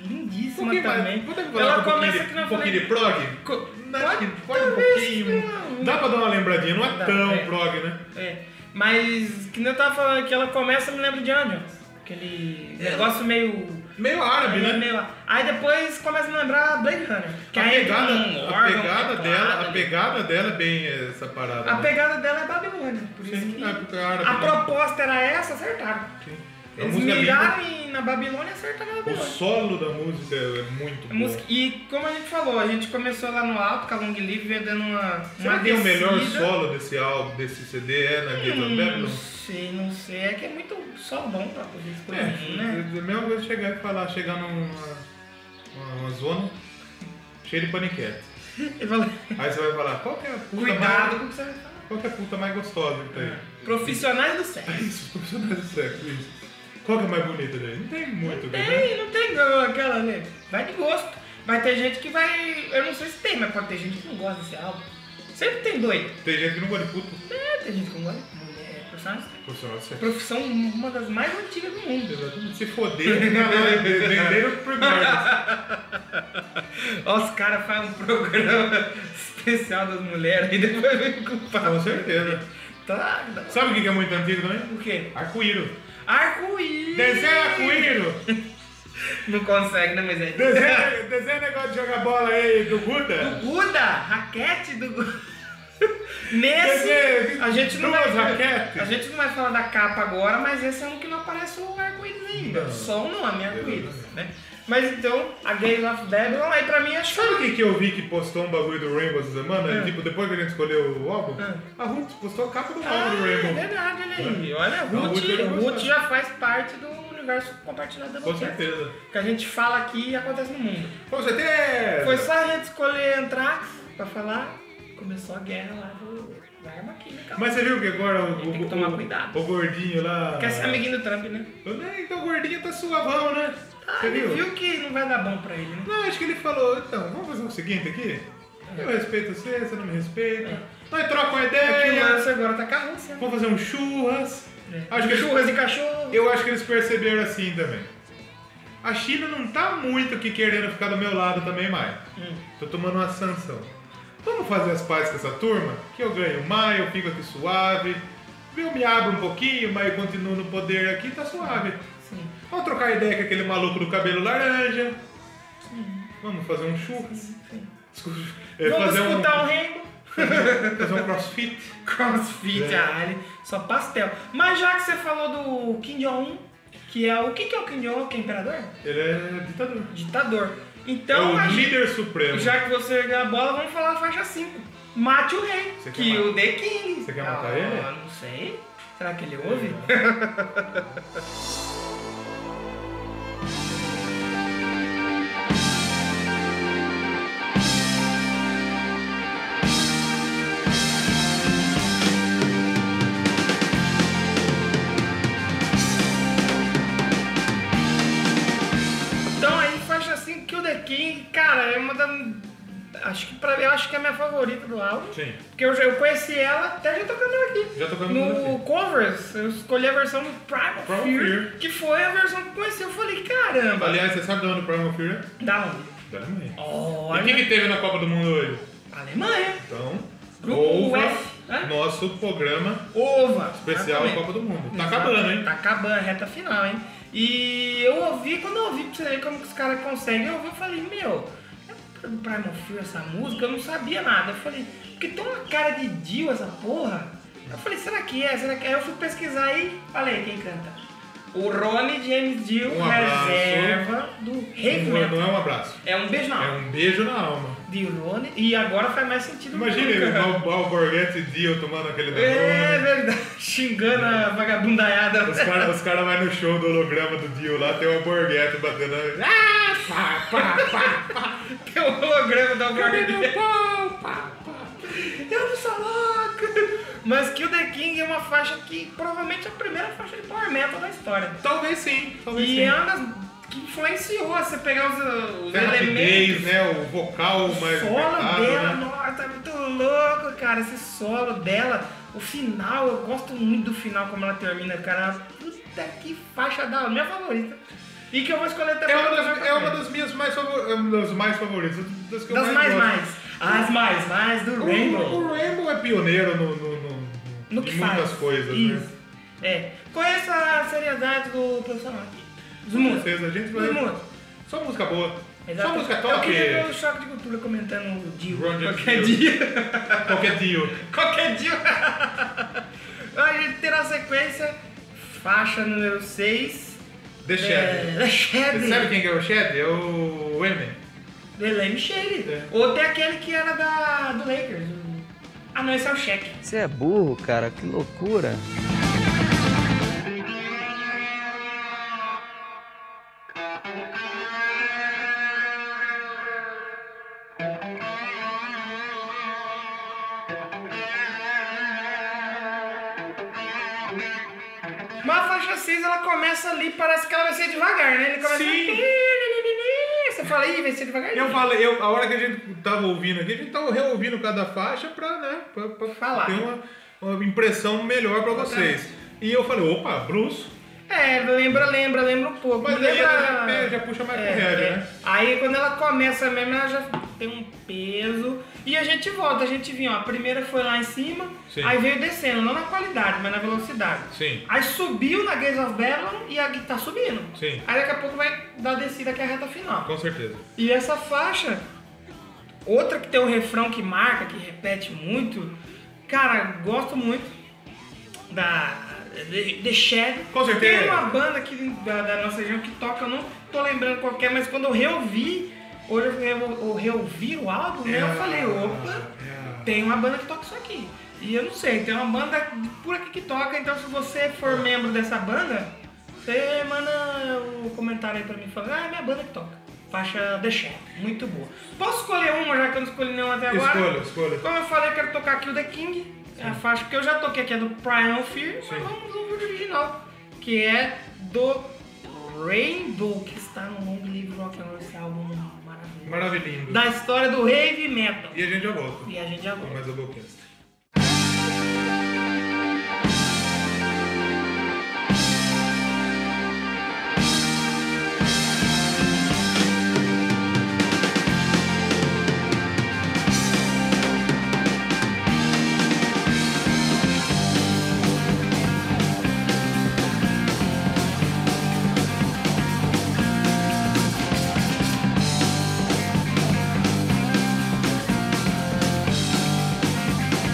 [SPEAKER 1] lindíssima
[SPEAKER 3] Porque
[SPEAKER 1] também.
[SPEAKER 3] Podemos
[SPEAKER 1] Ela
[SPEAKER 3] falar um pouquinho,
[SPEAKER 1] começa
[SPEAKER 3] de,
[SPEAKER 1] que não
[SPEAKER 3] um pouquinho de prog?
[SPEAKER 1] Co-
[SPEAKER 3] Acho que pode um
[SPEAKER 1] talvez
[SPEAKER 3] pouquinho.
[SPEAKER 1] não.
[SPEAKER 3] Dá pra dar uma lembradinha, não é
[SPEAKER 1] Dá,
[SPEAKER 3] tão
[SPEAKER 1] é.
[SPEAKER 3] prog, né?
[SPEAKER 1] É, mas que nem eu tava falando que ela começa, me lembra de John Jones. Aquele negócio meio.
[SPEAKER 3] Meio árabe, É. né?
[SPEAKER 1] meio- Aí depois começa a me lembrar Blade Runner. Que
[SPEAKER 3] a
[SPEAKER 1] aí
[SPEAKER 3] pegada,
[SPEAKER 1] tem um
[SPEAKER 3] a
[SPEAKER 1] órgão, né?
[SPEAKER 3] pegada
[SPEAKER 1] teclado
[SPEAKER 3] dela, a
[SPEAKER 1] ali.
[SPEAKER 3] pegada dela é bem essa parada.
[SPEAKER 1] A
[SPEAKER 3] né?
[SPEAKER 1] pegada dela é Babilônia, por isso
[SPEAKER 3] Sim,
[SPEAKER 1] que
[SPEAKER 3] é, porque é árabe,
[SPEAKER 1] a
[SPEAKER 3] né?
[SPEAKER 1] proposta era essa, acertaram.
[SPEAKER 3] É uma
[SPEAKER 1] Eles
[SPEAKER 3] música
[SPEAKER 1] miraram em- na Babilônia e acertaram na
[SPEAKER 3] O
[SPEAKER 1] Babilônia.
[SPEAKER 3] solo da música é muito
[SPEAKER 1] A
[SPEAKER 3] bom.
[SPEAKER 1] música- e como a gente falou, a gente começou lá no alto, com a Long Live, veio dando uma, uma
[SPEAKER 3] Será que é o melhor
[SPEAKER 1] descida.
[SPEAKER 3] solo desse álbum, desse CD é na Gates of
[SPEAKER 1] Hum, Não
[SPEAKER 3] Babylon?
[SPEAKER 1] sei, não sei. É que é muito só bom pra poder escolher,
[SPEAKER 3] É,
[SPEAKER 1] né?
[SPEAKER 3] é a mesma coisa chegar e falar, chegar numa uma, uma zona cheia de paniquete.
[SPEAKER 1] Ele falou,
[SPEAKER 3] Aí você vai falar, qual que é a puta
[SPEAKER 1] cuidado com o
[SPEAKER 3] mais...
[SPEAKER 1] que você vai falar. É.
[SPEAKER 3] Qual que é a puta mais gostosa que tá aí?
[SPEAKER 1] Profissionais do sexo.
[SPEAKER 3] É isso, os profissionais do sexo, isso. Qual que é a mais bonita daí? Não tem muito, né?
[SPEAKER 1] Tem, não tem ah, aquela, né? Vai de gosto. Vai ter gente que vai. Eu não sei se tem, mas pode ter gente que não gosta desse álbum. Sempre tem doido.
[SPEAKER 3] Tem gente que não gosta de puto
[SPEAKER 1] É, tem gente que não gosta de mulher, profissional do sexo.
[SPEAKER 3] profissional do sexo.
[SPEAKER 1] Profissão uma das mais antigas do mundo.
[SPEAKER 3] Exatamente. Se foder, né? é fica lá vendendo pro primórdio.
[SPEAKER 1] Ó, os caras fazem um programa especial das mulheres e depois vem culpar.
[SPEAKER 3] Com certeza.
[SPEAKER 1] Tá, dá-
[SPEAKER 3] Sabe o que que é muito antigo também?
[SPEAKER 1] o quê?
[SPEAKER 3] Arco-íro.
[SPEAKER 1] Arco-íris!
[SPEAKER 3] Desenha arco-íro!
[SPEAKER 1] Não consegue, né, mas é.
[SPEAKER 3] Desenha, desenha negócio de jogar bola aí do Guda.
[SPEAKER 1] Guda, raquete do Guda. Nesse,
[SPEAKER 3] Desenho,
[SPEAKER 1] a gente, não
[SPEAKER 3] duas
[SPEAKER 1] vai,
[SPEAKER 3] raquetes.
[SPEAKER 1] a gente não vai falar da capa agora, mas esse é um que não aparece o arco-íris ainda. Só o nome, arco-íris, né? Mas então, a Games of Babylon, aí pra mim, acho
[SPEAKER 3] Sabe o
[SPEAKER 1] que...
[SPEAKER 3] que, que eu vi que postou um bagulho do Rainbow essa semana?
[SPEAKER 1] Ah.
[SPEAKER 3] Tipo, depois que a gente escolheu o álbum,
[SPEAKER 1] Ah.
[SPEAKER 3] a Ruth postou a capa do
[SPEAKER 1] Ah,
[SPEAKER 3] álbum do
[SPEAKER 1] é
[SPEAKER 3] Rainbow.
[SPEAKER 1] verdade, olha aí. Olha, a
[SPEAKER 3] Ruth
[SPEAKER 1] Ruth,
[SPEAKER 3] eu não
[SPEAKER 1] Ruth
[SPEAKER 3] gostava.
[SPEAKER 1] já faz parte do universo compartilhado da
[SPEAKER 3] Com
[SPEAKER 1] Boquete.
[SPEAKER 3] certeza.
[SPEAKER 1] O que a gente fala aqui e acontece no mundo.
[SPEAKER 3] Com certeza!
[SPEAKER 1] é. Foi só a gente escolher Anthrax pra falar, começou a guerra lá do, da arma química.
[SPEAKER 3] Mas você viu que agora o,
[SPEAKER 1] Tem
[SPEAKER 3] o,
[SPEAKER 1] que tomar
[SPEAKER 3] o-
[SPEAKER 1] cuidado.
[SPEAKER 3] o gordinho lá.
[SPEAKER 1] Quer ser amiguinho do Trump, né?
[SPEAKER 3] Eu nem- Então o gordinho tá suavão, né?
[SPEAKER 1] Ah,
[SPEAKER 3] você
[SPEAKER 1] ele
[SPEAKER 3] viu?
[SPEAKER 1] viu que não vai dar bom pra ele, né?
[SPEAKER 3] Não, acho que ele falou, então, vamos fazer o seguinte aqui? Eu respeito você, você não me respeita. Nós trocamos uma
[SPEAKER 1] É que o
[SPEAKER 3] ideia,
[SPEAKER 1] lance agora tá com a Rússia.
[SPEAKER 3] vamos fazer um churras.
[SPEAKER 1] né?
[SPEAKER 3] Acho que
[SPEAKER 1] Churras e cachorro.
[SPEAKER 3] Eu acho que eles perceberam assim também. A China não tá muito que querendo ficar do meu lado também mais.
[SPEAKER 1] Hum.
[SPEAKER 3] Tô tomando uma sanção. Vamos fazer as pazes com essa turma? Que eu ganho mais, eu fico aqui suave. Eu me abro um pouquinho, mas eu continuo no poder aqui, tá suave.
[SPEAKER 1] Sim.
[SPEAKER 3] Vamos trocar ideia com aquele maluco do cabelo laranja. Vamos fazer um churras. Desculpa. É,
[SPEAKER 1] Vamos
[SPEAKER 3] fazer um,
[SPEAKER 1] escutar um rengo.
[SPEAKER 3] fazer um crossfit.
[SPEAKER 1] Crossfit,
[SPEAKER 3] É.
[SPEAKER 1] ah, ele- só pastel. Mas já que você falou do Kim Jong-un, que é o que, que é o Kim Jong-un? Que é imperador?
[SPEAKER 3] Ele é ditador.
[SPEAKER 1] Ditador.
[SPEAKER 3] É
[SPEAKER 1] Então, a
[SPEAKER 3] o
[SPEAKER 1] gente-
[SPEAKER 3] líder supremo.
[SPEAKER 1] já que você ganha a bola, vamos falar a faixa 5. Mate o rei,
[SPEAKER 3] Você quer
[SPEAKER 1] que
[SPEAKER 3] matar-
[SPEAKER 1] o The King.
[SPEAKER 3] Você quer matar
[SPEAKER 1] ah,
[SPEAKER 3] ele? É.
[SPEAKER 1] Não sei. Será que ele ouve? Então aí faixa 5 Kill the King, cara, é uma da. Acho que pra, eu acho que é a minha favorita do álbum.
[SPEAKER 3] Sim.
[SPEAKER 1] Porque eu, já- eu conheci ela até já tocando ela aqui.
[SPEAKER 3] Já tocando ela
[SPEAKER 1] No
[SPEAKER 3] aqui.
[SPEAKER 1] covers, eu escolhi a versão do Primal,
[SPEAKER 3] Primal
[SPEAKER 1] Fear,
[SPEAKER 3] Fear.
[SPEAKER 1] que foi a versão que eu conheci. Eu falei, caramba,
[SPEAKER 3] Aliás, você sabe de onde o Primal Fury é?
[SPEAKER 1] da onde?
[SPEAKER 3] Da Alemanha. E o que,
[SPEAKER 1] Olha,
[SPEAKER 3] que teve na Copa do Mundo hoje?
[SPEAKER 1] Alemanha,
[SPEAKER 3] Então,
[SPEAKER 1] Grupo
[SPEAKER 3] ouva
[SPEAKER 1] UF, né?
[SPEAKER 3] nosso programa
[SPEAKER 1] ova.
[SPEAKER 3] especial
[SPEAKER 1] exatamente.
[SPEAKER 3] Copa do Mundo. Tá acabando, hein?
[SPEAKER 1] Tá acabando, reta final, hein? E eu ouvi, quando eu ouvi, pra você ver como que os caras conseguem, eu ouvi e falei, meu, é pra meu filho essa música, eu não sabia nada. Eu falei, porque tem uma cara de Dio essa porra. Eu falei, será que é? Será que é? Aí eu fui pesquisar e falei, quem canta? O Ronnie James Dio,
[SPEAKER 3] Um abraço.
[SPEAKER 1] reserva do Heavy
[SPEAKER 3] Não, não
[SPEAKER 1] Metal.
[SPEAKER 3] é um abraço.
[SPEAKER 1] É um beijo na
[SPEAKER 3] É
[SPEAKER 1] alma.
[SPEAKER 3] um beijo na alma.
[SPEAKER 1] De Ronnie, e agora faz mais sentido. nunca.
[SPEAKER 3] Imagina ele, o Bal Borghetti e Dio tomando aquele
[SPEAKER 1] É
[SPEAKER 3] Danone.
[SPEAKER 1] verdade, xingando a vagabundaiada.
[SPEAKER 3] Os caras os cara vai no show do holograma do Dio lá, tem o Borghetti batendo. Ah, pá, pá, pá, pá.
[SPEAKER 1] Tem é o holograma da Borghetti.
[SPEAKER 3] pau, pá, pá.
[SPEAKER 1] Eu não sou louco! Mas Kill the King é uma faixa que provavelmente é a primeira faixa de power metal da história.
[SPEAKER 3] Talvez sim, talvez
[SPEAKER 1] E
[SPEAKER 3] sim.
[SPEAKER 1] é uma das que influenciou a você pegar os, os
[SPEAKER 3] Tem a rapidez,
[SPEAKER 1] elementos.
[SPEAKER 3] né? O vocal
[SPEAKER 1] O
[SPEAKER 3] mais
[SPEAKER 1] solo
[SPEAKER 3] apertado,
[SPEAKER 1] dela,
[SPEAKER 3] né?
[SPEAKER 1] nossa, tá louco, cara, esse solo dela, o final, eu gosto muito do final como ela termina, cara. Puta que faixa da minha favorita. E que eu vou escolher também.
[SPEAKER 3] É uma
[SPEAKER 1] pra
[SPEAKER 3] das,
[SPEAKER 1] tocar
[SPEAKER 3] é uma
[SPEAKER 1] também.
[SPEAKER 3] das minhas mais, favor, é uma das mais favoritas. Das, que eu
[SPEAKER 1] das mais,
[SPEAKER 3] gosto.
[SPEAKER 1] mais. As mais, mais do
[SPEAKER 3] O,
[SPEAKER 1] Rainbow.
[SPEAKER 3] o Rainbow é pioneiro no, no, no-
[SPEAKER 1] No que
[SPEAKER 3] em
[SPEAKER 1] faz.
[SPEAKER 3] muitas coisas,
[SPEAKER 1] Isso.
[SPEAKER 3] né?
[SPEAKER 1] É. Conheça a seriedade do profissional. Dos
[SPEAKER 3] Com
[SPEAKER 1] músicos.
[SPEAKER 3] certeza, a gente vai.
[SPEAKER 1] Dos músicos.
[SPEAKER 3] Só música boa.
[SPEAKER 1] Exato.
[SPEAKER 3] Só música
[SPEAKER 1] Eu
[SPEAKER 3] top.
[SPEAKER 1] queria ver o Choque de Cultura comentando o Dio.
[SPEAKER 3] Roger
[SPEAKER 1] Qualquer
[SPEAKER 3] Dio.
[SPEAKER 1] dia.
[SPEAKER 3] É, Qualquer dia.
[SPEAKER 1] Qualquer dia. a gente terá a sequência. Faixa número 6.
[SPEAKER 3] The Shed.
[SPEAKER 1] The
[SPEAKER 3] Você
[SPEAKER 1] É. Shed.
[SPEAKER 3] sabe quem que é o Shed? É o Emen.
[SPEAKER 1] The Lame Shady.
[SPEAKER 3] É.
[SPEAKER 1] Ou tem aquele que era da, do Lakers. o- Ah, não, esse é o cheque.
[SPEAKER 9] Você é burro, cara, que loucura.
[SPEAKER 1] Mas a faixa 6 ela começa ali, parece que ela vai ser devagar, né? Ele começa.
[SPEAKER 3] Sim.
[SPEAKER 1] Você fala, ih, vai ser devagar.
[SPEAKER 3] Eu falei, eu, a hora que a gente tava ouvindo aqui, a gente tava reouvindo cada faixa pra, né, pra, pra
[SPEAKER 1] Falar.
[SPEAKER 3] ter uma, uma impressão melhor pra vocês. E eu falei, opa, Bruce.
[SPEAKER 1] É, lembra, lembra, lembra um pouco.
[SPEAKER 3] Mas
[SPEAKER 1] lembra... É.
[SPEAKER 3] aí ela já pega, já puxa mais pro heavy, né?
[SPEAKER 1] Aí quando ela começa mesmo, ela já tem um peso. E a gente volta, a gente vinha, ó, a primeira foi lá em cima,
[SPEAKER 3] Sim.
[SPEAKER 1] aí veio descendo, não na qualidade, mas na velocidade.
[SPEAKER 3] Sim.
[SPEAKER 1] Aí subiu na Gaze of Babylon e a Gui tá subindo.
[SPEAKER 3] Sim.
[SPEAKER 1] Aí daqui a pouco vai dar a descida que é a reta final.
[SPEAKER 3] Com certeza.
[SPEAKER 1] E essa faixa, outra que tem um refrão que marca, que repete muito, cara, gosto muito da The The Shed.
[SPEAKER 3] Com certeza.
[SPEAKER 1] Tem é uma banda aqui da, da nossa região que toca, eu não tô lembrando qual que é, mas quando eu reouvi, hoje eu, eu, eu reouvi o álbum, né,
[SPEAKER 3] É,
[SPEAKER 1] eu falei, opa, tem uma banda que toca isso aqui. E eu não sei, tem uma banda por aqui que toca, então se você for membro dessa banda, você manda o comentário aí pra mim falando, ah, é minha banda que toca. Faixa The Shed, muito boa. Posso escolher uma, já que eu não escolhi nenhuma até agora?
[SPEAKER 3] Escolha, escolha.
[SPEAKER 1] Como eu falei, eu quero tocar aqui o The King, é a faixa que eu já toquei, que é do Primal Fear, mas vamos ouvir o original, que é do Rainbow, que está no Long Live Rock and Roll, esse é álbum maravilhoso.
[SPEAKER 3] Maravilhoso.
[SPEAKER 1] Da história do heavy metal.
[SPEAKER 3] E a gente já volta.
[SPEAKER 1] E a gente já
[SPEAKER 3] Com
[SPEAKER 1] volta.
[SPEAKER 3] mais um a Bocast.
[SPEAKER 8] Thank Oh,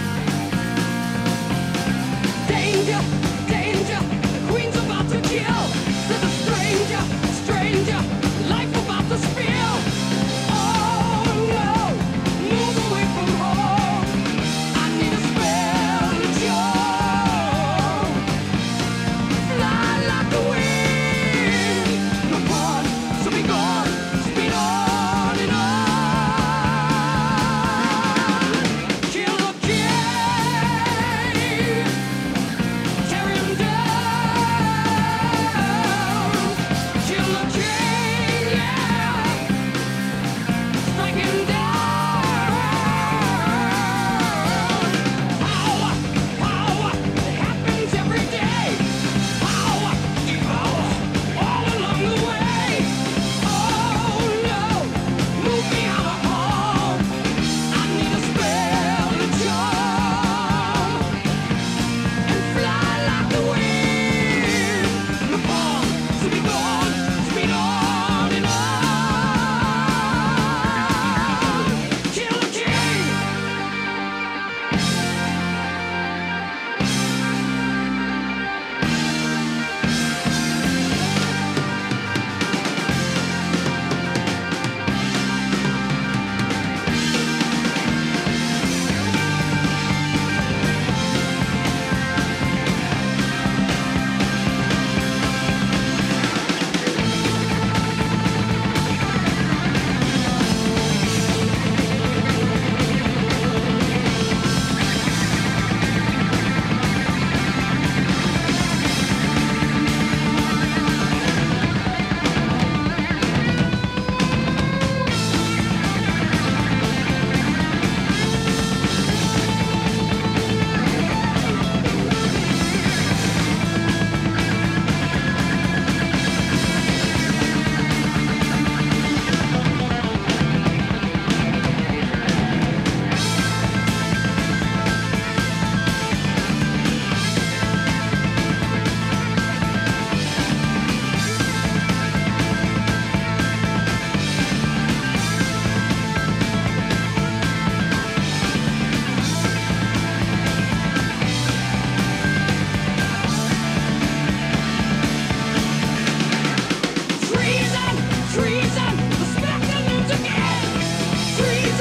[SPEAKER 8] reason,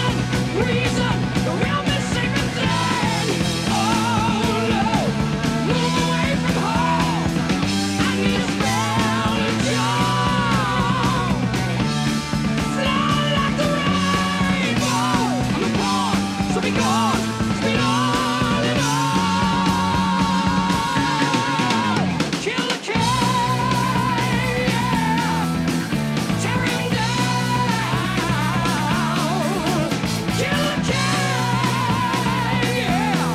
[SPEAKER 8] the real missing thing. Oh no, move away from home. I need a spell to charm. Fly like the rainbow. I'm a pawn, so be gone. Spin on and on. Kill the king, yeah. Tear him down. Kill the king, yeah.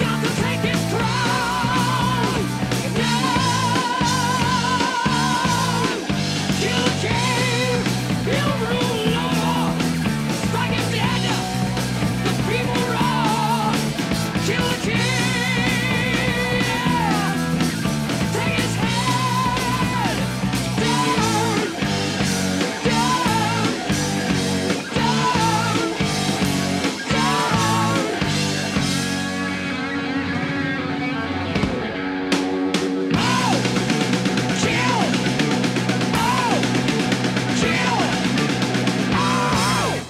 [SPEAKER 8] Got to take his crown down. Kill the king, he'll rule no more. Strike him dead, the people roar. Kill the king, yeah. Take his head down. Oh,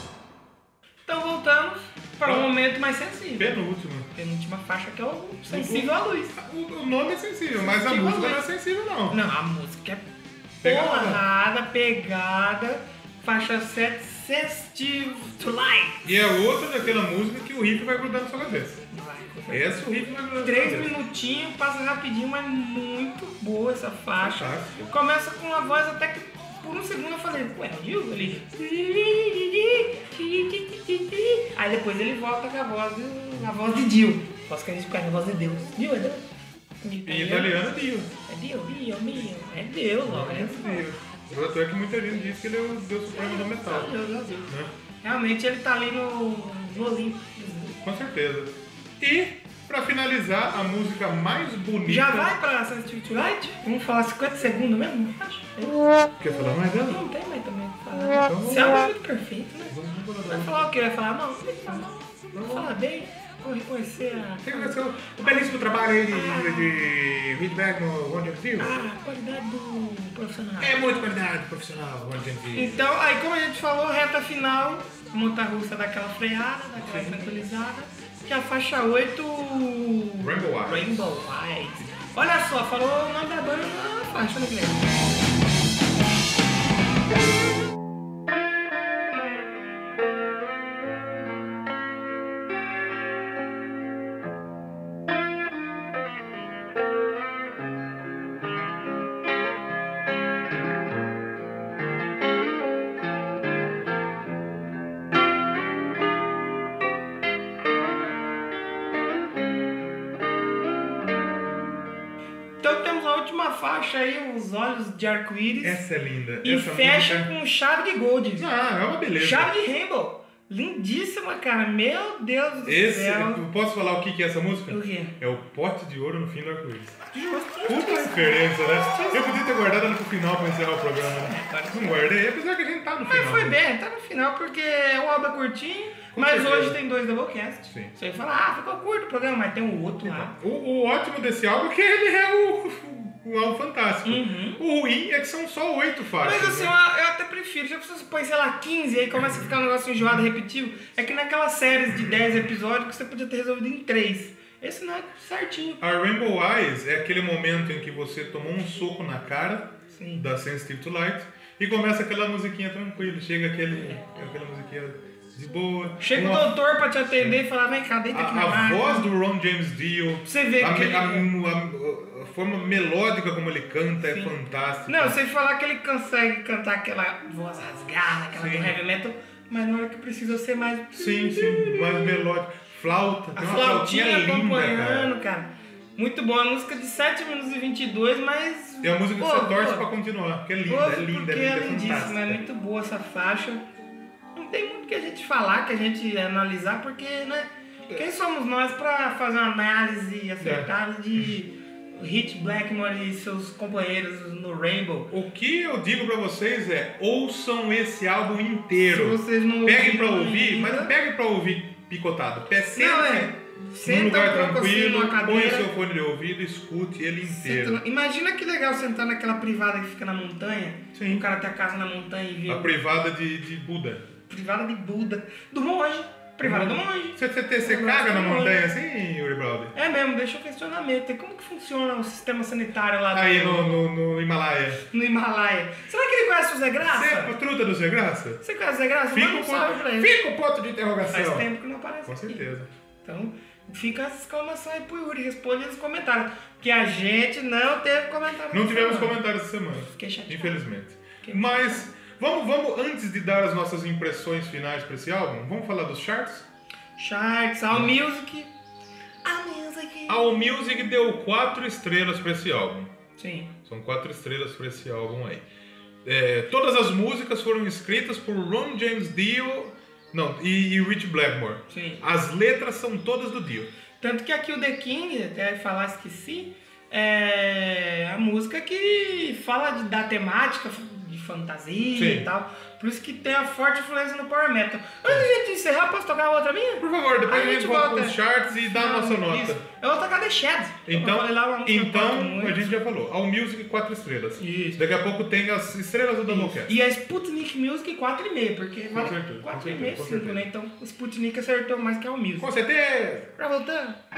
[SPEAKER 1] Então voltamos para um momento mais sensível.
[SPEAKER 3] Penúltimo.
[SPEAKER 1] Penúltima faixa que é o sensível à luz.
[SPEAKER 3] O, o nome é sensível, mas a
[SPEAKER 1] Sim,
[SPEAKER 3] música
[SPEAKER 1] mas-
[SPEAKER 3] não é sensível, não.
[SPEAKER 1] Não, a música é
[SPEAKER 3] Pegada.
[SPEAKER 1] porrada, pegada, faixa 7, Sensitive to Light.
[SPEAKER 3] E é outra daquela música que o riff vai grudar na sua cabeça.
[SPEAKER 1] Vai, com certeza.
[SPEAKER 3] Essa o riff vai grudar na sua
[SPEAKER 1] Três
[SPEAKER 3] cabeça.
[SPEAKER 1] minutinhos, passa rapidinho, mas muito boa essa faixa.
[SPEAKER 3] Fantástico.
[SPEAKER 1] Começa com uma voz até que por um segundo eu falei, ué, viu? Ele... Aí depois ele volta com a voz de, a voz de Dio. Posso que a gente ficar na voz de Deus. Dio é Deus. Em
[SPEAKER 3] Em italiano, Dio.
[SPEAKER 1] É Dio, Dio, Mio. É Deus, logo. É Deus.
[SPEAKER 3] Dio. Tanto é que muita gente diz que ele é o deus supremo do
[SPEAKER 1] Meu
[SPEAKER 3] metal.
[SPEAKER 1] É Deus, meu Deus.
[SPEAKER 3] Né?
[SPEAKER 1] Realmente ele tá ali no, no Olimpo.
[SPEAKER 3] Com certeza. E, pra finalizar, a música mais bonita.
[SPEAKER 1] Já vai pra Sensitive to Light? Vamos falar 50 segundos mesmo? Acho.
[SPEAKER 3] Quer falar mais dela?
[SPEAKER 1] Não tem mais também o que falar. Você é um muito perfeito, né? Vai falar o quê? Vai falar mal? Vai falar mal. Vai falar bem? Vou reconhecer a.
[SPEAKER 3] Tem que agradecer o o belíssimo trabalho aí de, de feedback no One Jump Zero.
[SPEAKER 1] Ah, a qualidade do profissional.
[SPEAKER 3] É muito qualidade profissional, One Jump Zero.
[SPEAKER 1] Então, aí como a gente falou, reta final, a monta russa dá aquela freada, dá aquela tranquilizada. Que a faixa 8.
[SPEAKER 3] Rainbow Eyes.
[SPEAKER 1] Rainbow Eyes. Olha só, falou o nome da banda na faixa, né, Guilherme? Então temos a última faixa aí, os olhos de arco-íris.
[SPEAKER 3] Essa é linda.
[SPEAKER 1] E
[SPEAKER 3] Essa
[SPEAKER 1] fecha
[SPEAKER 3] música...
[SPEAKER 1] com chave de gold.
[SPEAKER 3] Ah, é uma beleza.
[SPEAKER 1] Chave de rainbow. Lindíssima, cara. Meu Deus do
[SPEAKER 3] Esse,
[SPEAKER 1] céu.
[SPEAKER 3] eu posso falar o que que é essa música?
[SPEAKER 1] O quê?
[SPEAKER 3] É o pote de ouro no fim do arco-íris. Puta referência, né? Eu podia ter guardado ela pro final pra encerrar o programa.
[SPEAKER 1] É,
[SPEAKER 3] né? Não guardei, apesar que a gente tá no
[SPEAKER 1] Mas
[SPEAKER 3] final.
[SPEAKER 1] foi
[SPEAKER 3] né?
[SPEAKER 1] bem, tá no final, porque é uma obra curtinha.
[SPEAKER 3] Com
[SPEAKER 1] mas
[SPEAKER 3] certeza.
[SPEAKER 1] hoje tem dois Doublecast.
[SPEAKER 3] Sim.
[SPEAKER 1] Você vai falar, ah, ficou curto o programa, mas tem um outro lá.
[SPEAKER 3] O, o ótimo desse álbum é que ele é o, o álbum fantástico. O ruim é que são só oito faixas.
[SPEAKER 1] Uhum. Mas assim,
[SPEAKER 3] né?
[SPEAKER 1] eu, eu até prefiro. Já precisa põe, sei lá, 15 aí, começa a ficar um negócio enjoado, repetitivo. É que naquelas séries de 10 episódios que você podia ter resolvido em 3. Esse não é certinho.
[SPEAKER 3] A Rainbow Eyes é aquele momento em que você tomou um soco na cara
[SPEAKER 1] Sim.
[SPEAKER 3] da Sensitive to Light e começa aquela musiquinha tranquila. Chega aquele, aquela musiquinha de boa.
[SPEAKER 1] Chega
[SPEAKER 3] uma-
[SPEAKER 1] o doutor pra te atender e falar, vem cá, deita aqui na
[SPEAKER 3] A, a
[SPEAKER 1] maca.
[SPEAKER 3] voz do Ron James Dio.
[SPEAKER 1] Você vê
[SPEAKER 3] a,
[SPEAKER 1] que
[SPEAKER 3] me- a-
[SPEAKER 1] ele-
[SPEAKER 3] a- a forma melódica como ele canta é
[SPEAKER 1] Sim.
[SPEAKER 3] fantástica.
[SPEAKER 1] Não, sem falar que ele consegue cantar aquela voz rasgada, aquela
[SPEAKER 3] Sim.
[SPEAKER 1] do heavy metal, mas na hora que precisa ser mais.
[SPEAKER 3] Sim, sim, mais melódica. Flauta,
[SPEAKER 1] A
[SPEAKER 3] tem uma flautinha,
[SPEAKER 1] flautinha tá
[SPEAKER 3] linda, é. cara.
[SPEAKER 1] acompanhando, cara. Muito bom, a música de 7 minutos e 22, mas.
[SPEAKER 3] É a música que
[SPEAKER 1] Pô,
[SPEAKER 3] você torce
[SPEAKER 1] pô,
[SPEAKER 3] pra continuar, porque é linda,
[SPEAKER 1] ouve
[SPEAKER 3] é linda,
[SPEAKER 1] porque
[SPEAKER 3] é linda, é
[SPEAKER 1] lindíssima, é
[SPEAKER 3] fantástica.
[SPEAKER 1] muito boa essa faixa. Não tem muito que a gente falar, que a gente analisar, porque, né? Quem somos nós pra fazer uma análise acertada de Hit Blackmore e seus companheiros no Rainbow?
[SPEAKER 3] O que eu digo pra vocês é, ouçam esse álbum
[SPEAKER 1] Se
[SPEAKER 3] inteiro.
[SPEAKER 1] vocês não né?
[SPEAKER 3] Peguem pra
[SPEAKER 1] ouviram
[SPEAKER 3] ouvir,
[SPEAKER 1] ainda-
[SPEAKER 3] mas não peguem pra ouvir picotado. Pe-
[SPEAKER 1] Não, é.
[SPEAKER 3] Sentem num
[SPEAKER 1] Senta
[SPEAKER 3] lugar
[SPEAKER 1] um pouco
[SPEAKER 3] tranquilo,
[SPEAKER 1] assim numa
[SPEAKER 3] põe
[SPEAKER 1] cadeira.
[SPEAKER 3] seu fone de ouvido e escute ele
[SPEAKER 1] Senta
[SPEAKER 3] inteiro.
[SPEAKER 1] na- Imagina que legal sentar naquela privada que fica na montanha.
[SPEAKER 3] Sim.
[SPEAKER 1] O cara tem a casa na montanha e vê
[SPEAKER 3] A privada de, de Buda.
[SPEAKER 1] privada de Buda. Do monge. Privada do monge.
[SPEAKER 3] Você, você, você
[SPEAKER 1] Não,
[SPEAKER 3] caga na
[SPEAKER 1] não.
[SPEAKER 3] montanha assim, Yuri Brother?
[SPEAKER 1] É mesmo, deixa o questionamento. E Como que funciona o sistema sanitário lá
[SPEAKER 3] Aí
[SPEAKER 1] do-
[SPEAKER 3] no, no, no Himalaia.
[SPEAKER 1] no Himalaia? Será que ele conhece o Zé Graça?
[SPEAKER 3] Você é truta do Zé Graça?
[SPEAKER 1] Você conhece o Zé Graça?
[SPEAKER 3] Fica
[SPEAKER 1] Manda
[SPEAKER 3] o
[SPEAKER 1] um salve pra
[SPEAKER 3] ponto,
[SPEAKER 1] ele.
[SPEAKER 3] fica o ponto de
[SPEAKER 1] Faz
[SPEAKER 3] interrogação.
[SPEAKER 1] tempo que não aparece
[SPEAKER 3] Com
[SPEAKER 1] aqui.
[SPEAKER 3] certeza.
[SPEAKER 1] Então, fica essa exclamação aí pro Yuri. Responde os comentários. Que a gente não teve comentário.
[SPEAKER 3] Não tivemos
[SPEAKER 1] Não.
[SPEAKER 3] comentários essa semana.
[SPEAKER 1] Fiquei chateado.
[SPEAKER 3] Infelizmente.
[SPEAKER 1] Fiquei
[SPEAKER 3] Mas vamos, vamos, antes de dar as nossas impressões finais pra esse álbum, vamos falar dos charts?
[SPEAKER 1] Charts,
[SPEAKER 3] Hum.
[SPEAKER 1] All Music. All Music.
[SPEAKER 3] A Allmusic deu quatro estrelas pra esse álbum.
[SPEAKER 1] Sim.
[SPEAKER 3] São quatro estrelas pra esse álbum aí. É, todas as músicas foram escritas por Ron James Dio não, e, e Rich Blackmore.
[SPEAKER 1] Sim.
[SPEAKER 3] As letras são todas do Dio.
[SPEAKER 1] Tanto que aqui o The King, até falar esqueci, é a música que fala de- da temática de fantasia
[SPEAKER 3] Sim.
[SPEAKER 1] e tal. Por isso que tem a forte influência no Power Metal. Antes da gente encerrar, posso tocar outra minha?
[SPEAKER 3] Por favor, depois
[SPEAKER 1] Aí
[SPEAKER 3] a gente volta com os charts e dá a nossa nota.
[SPEAKER 1] Isso. Eu vou tocar The Shadow.
[SPEAKER 3] Então,
[SPEAKER 1] eu falei lá uma música que eu gosto
[SPEAKER 3] então
[SPEAKER 1] muito.
[SPEAKER 3] a gente já falou. All Music 4 estrelas.
[SPEAKER 1] Isso.
[SPEAKER 3] Daqui a pouco tem as estrelas do Doublecast.
[SPEAKER 1] E a Sputnik Music 4,5, porque vale
[SPEAKER 3] certeza, com
[SPEAKER 1] 4,5,
[SPEAKER 3] certeza, com
[SPEAKER 1] 5, né?
[SPEAKER 3] certeza.
[SPEAKER 1] Então o Sputnik acertou mais que a Allmusic.
[SPEAKER 3] Com certeza!
[SPEAKER 1] Pra voltar.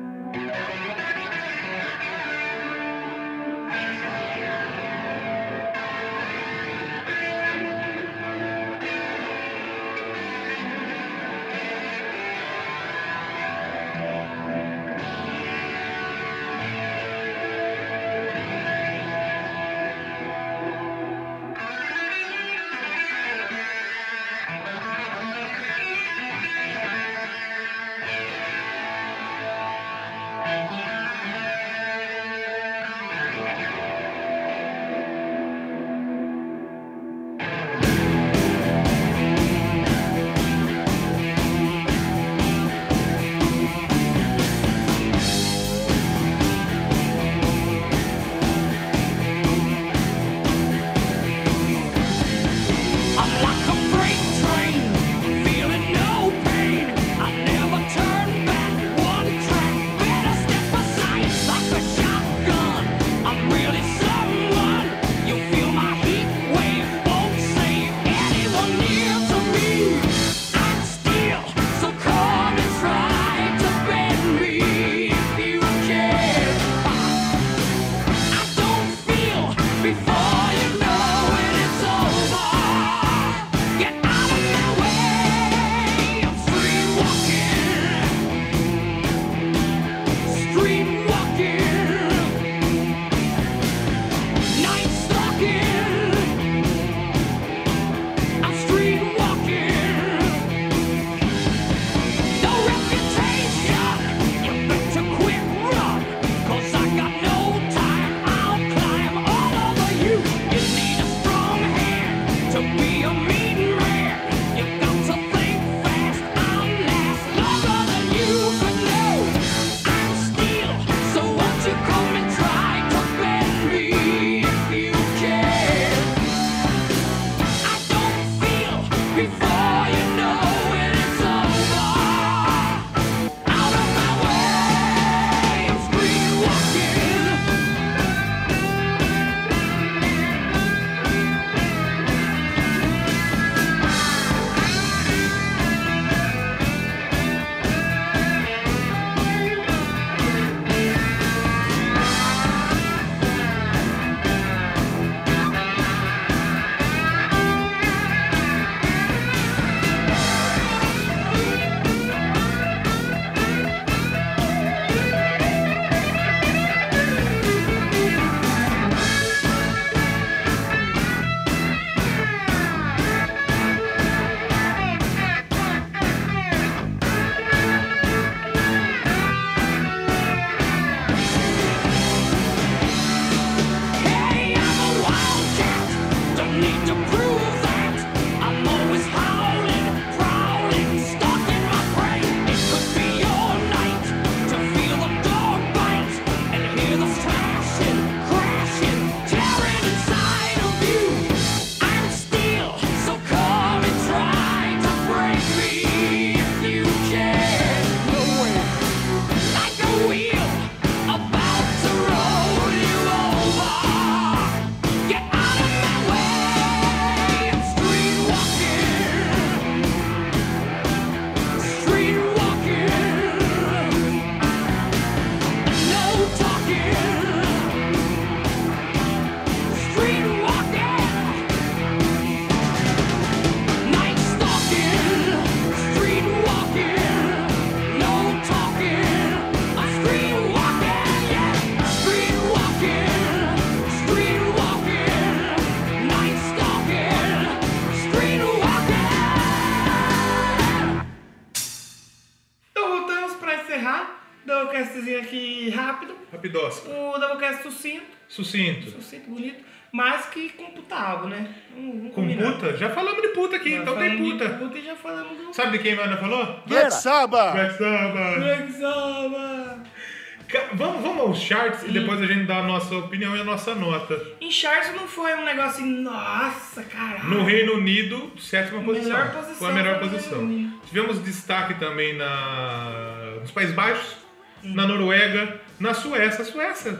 [SPEAKER 8] Thank
[SPEAKER 1] Então, Doublecastzinho aqui rápido.
[SPEAKER 3] Rapidosca.
[SPEAKER 1] O Doublecast sucinto,
[SPEAKER 3] Sucinto.
[SPEAKER 1] sucinto, bonito, mas que computa algo, né? Vamos, vamos
[SPEAKER 3] Com
[SPEAKER 1] combinar.
[SPEAKER 3] puta? Já falamos de puta aqui,
[SPEAKER 1] Nós
[SPEAKER 3] então tem
[SPEAKER 1] falamos de
[SPEAKER 3] puta.
[SPEAKER 1] puta Ah. e já falamos do
[SPEAKER 3] Sabe de quem a Ana falou?
[SPEAKER 7] Black Saba.
[SPEAKER 3] Black Sabbath.
[SPEAKER 1] Black Sabbath.
[SPEAKER 3] Ca- Vamos, vamos aos charts e depois a gente dá a nossa opinião e a nossa nota.
[SPEAKER 1] Encharge não foi um negócio assim, nossa, caralho.
[SPEAKER 3] No Reino Unido, sétima posição.
[SPEAKER 1] Melhor posição
[SPEAKER 3] Foi a melhor
[SPEAKER 1] foi no
[SPEAKER 3] posição.
[SPEAKER 1] Reino Unido.
[SPEAKER 3] Tivemos destaque também na... nos Países Baixos,
[SPEAKER 1] Hum.
[SPEAKER 3] na Noruega, na Suécia. Suécia,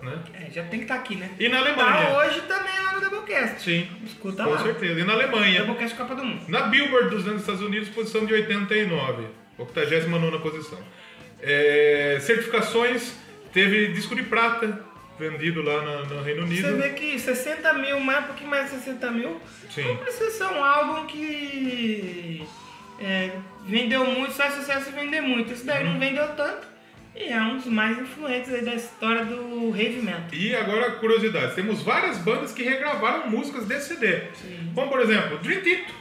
[SPEAKER 3] né?
[SPEAKER 1] É, já tem que estar aqui, né?
[SPEAKER 3] E na
[SPEAKER 1] Tá
[SPEAKER 3] Alemanha.
[SPEAKER 1] hoje também lá no Doublecast.
[SPEAKER 3] Sim,
[SPEAKER 1] Escuta
[SPEAKER 3] com
[SPEAKER 1] Tá lá.
[SPEAKER 3] certeza. E na Alemanha.
[SPEAKER 1] Doublecast Copa do Mundo.
[SPEAKER 3] Na Billboard dos anos dos Estados Unidos, posição de 89. 89 posição. É, certificações, teve disco de prata vendido lá na- no Reino Unido.
[SPEAKER 1] Você vê que 60 mil, mais um pouquinho mais de 60 mil,
[SPEAKER 3] Sim.
[SPEAKER 1] não precisa ser um álbum que é, vendeu muito, só é sucesso e vender muito. Isso daí
[SPEAKER 3] Uhum.
[SPEAKER 1] não vendeu tanto e é um dos mais influentes aí da história do heavy metal.
[SPEAKER 3] E agora, curiosidade, temos várias bandas que regravaram músicas desse CD. Como, por exemplo, Dream Tito.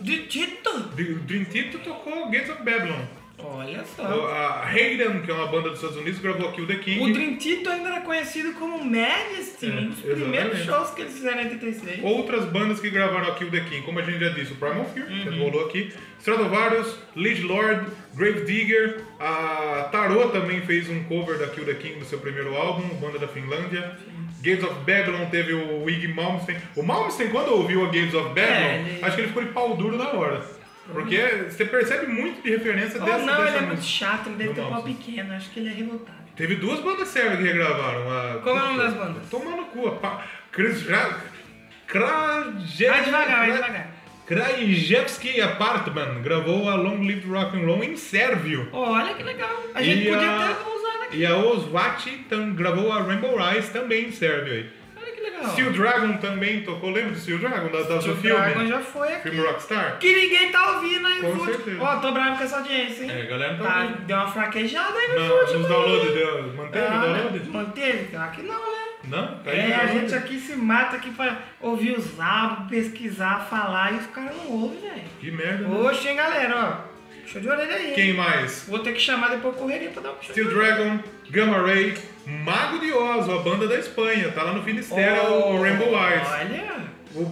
[SPEAKER 1] De Tito!
[SPEAKER 3] Dream Tito tocou Gates of Babylon.
[SPEAKER 1] Olha
[SPEAKER 3] O-
[SPEAKER 1] só.
[SPEAKER 3] A Hayden, que é uma banda dos Estados Unidos, gravou Kill the King.
[SPEAKER 1] Tá. O Dream Tito ainda era conhecido como Majesty,
[SPEAKER 3] É,
[SPEAKER 1] um dos
[SPEAKER 3] exatamente.
[SPEAKER 1] primeiros shows que eles fizeram em 86.
[SPEAKER 3] Outras bandas que gravaram Kill the King, como a gente já disse, o Primal Fear, que
[SPEAKER 1] Uhum.
[SPEAKER 3] rolou aqui, Stratovarius, Lead Lord, Gravedigger, a Tarot também fez um cover da Kill the King no seu primeiro álbum, banda da Finlândia. Gates of Babylon teve o Iggy Malmsteen. O Malmsteen, quando ouviu a Gates of Babylon,
[SPEAKER 1] É, ele-
[SPEAKER 3] acho que ele ficou de pau duro na hora. Porque você percebe muito de referência
[SPEAKER 1] Ou
[SPEAKER 3] dessa,
[SPEAKER 1] não,
[SPEAKER 3] dessa
[SPEAKER 1] ele é muito
[SPEAKER 3] música.
[SPEAKER 1] chato, ele deve
[SPEAKER 3] Do
[SPEAKER 1] ter um pau
[SPEAKER 3] Malmsteen.
[SPEAKER 1] pequeno, acho que ele é revoltado.
[SPEAKER 3] Teve duas bandas sérias que regravaram. A...
[SPEAKER 1] Qual é o nome das bandas?
[SPEAKER 3] Tomar no cu. a Pa... Chris Ra... Kraje...
[SPEAKER 1] Vai devagar, vai devagar.
[SPEAKER 3] Krajewski Apartment gravou a Long Live Rock and Roll em sérvio.
[SPEAKER 1] Olha que legal. A gente
[SPEAKER 3] E
[SPEAKER 1] podia
[SPEAKER 3] a-
[SPEAKER 1] até usar daqui.
[SPEAKER 3] E a Oswati tam- gravou a Rainbow Rise também em sérvio. aí.
[SPEAKER 1] Olha que legal.
[SPEAKER 3] Steel Dragon também tocou. Lembra do Steel Dragon? Da, da, do
[SPEAKER 1] Tio
[SPEAKER 3] filme?
[SPEAKER 1] Dragon já foi aqui.
[SPEAKER 3] Filme Rockstar?
[SPEAKER 1] Que ninguém tá ouvindo aí
[SPEAKER 3] Com
[SPEAKER 1] no Fute.
[SPEAKER 3] certeza.
[SPEAKER 1] Ó, tô bravo com essa audiência, hein?
[SPEAKER 3] É, a galera tá ouvindo.
[SPEAKER 1] Deu uma fraquejada aí no
[SPEAKER 3] Não,
[SPEAKER 1] Fute.
[SPEAKER 3] nos downloads deu. Manteve o download?
[SPEAKER 1] Ah, né? Manteve? Claro que não, né?
[SPEAKER 3] Não? Tá aí
[SPEAKER 1] É,
[SPEAKER 3] no
[SPEAKER 1] a
[SPEAKER 3] download.
[SPEAKER 1] gente aqui se mata aqui pra ouvir os álbuns, pesquisar, falar e os caras não ouvem, velho.
[SPEAKER 3] Que merda. né?
[SPEAKER 1] Oxe, hein, galera, ó. Show de orelha aí. hein?
[SPEAKER 3] Quem mais?
[SPEAKER 1] Vou ter que chamar depois correria pra dar um show.
[SPEAKER 3] Steel Dragon, Gamma Ray, Mago de Oz, a banda da Espanha, tá lá no Finisterra,
[SPEAKER 1] Oh
[SPEAKER 3] o Rainbow Eyes.
[SPEAKER 1] Olha.
[SPEAKER 3] O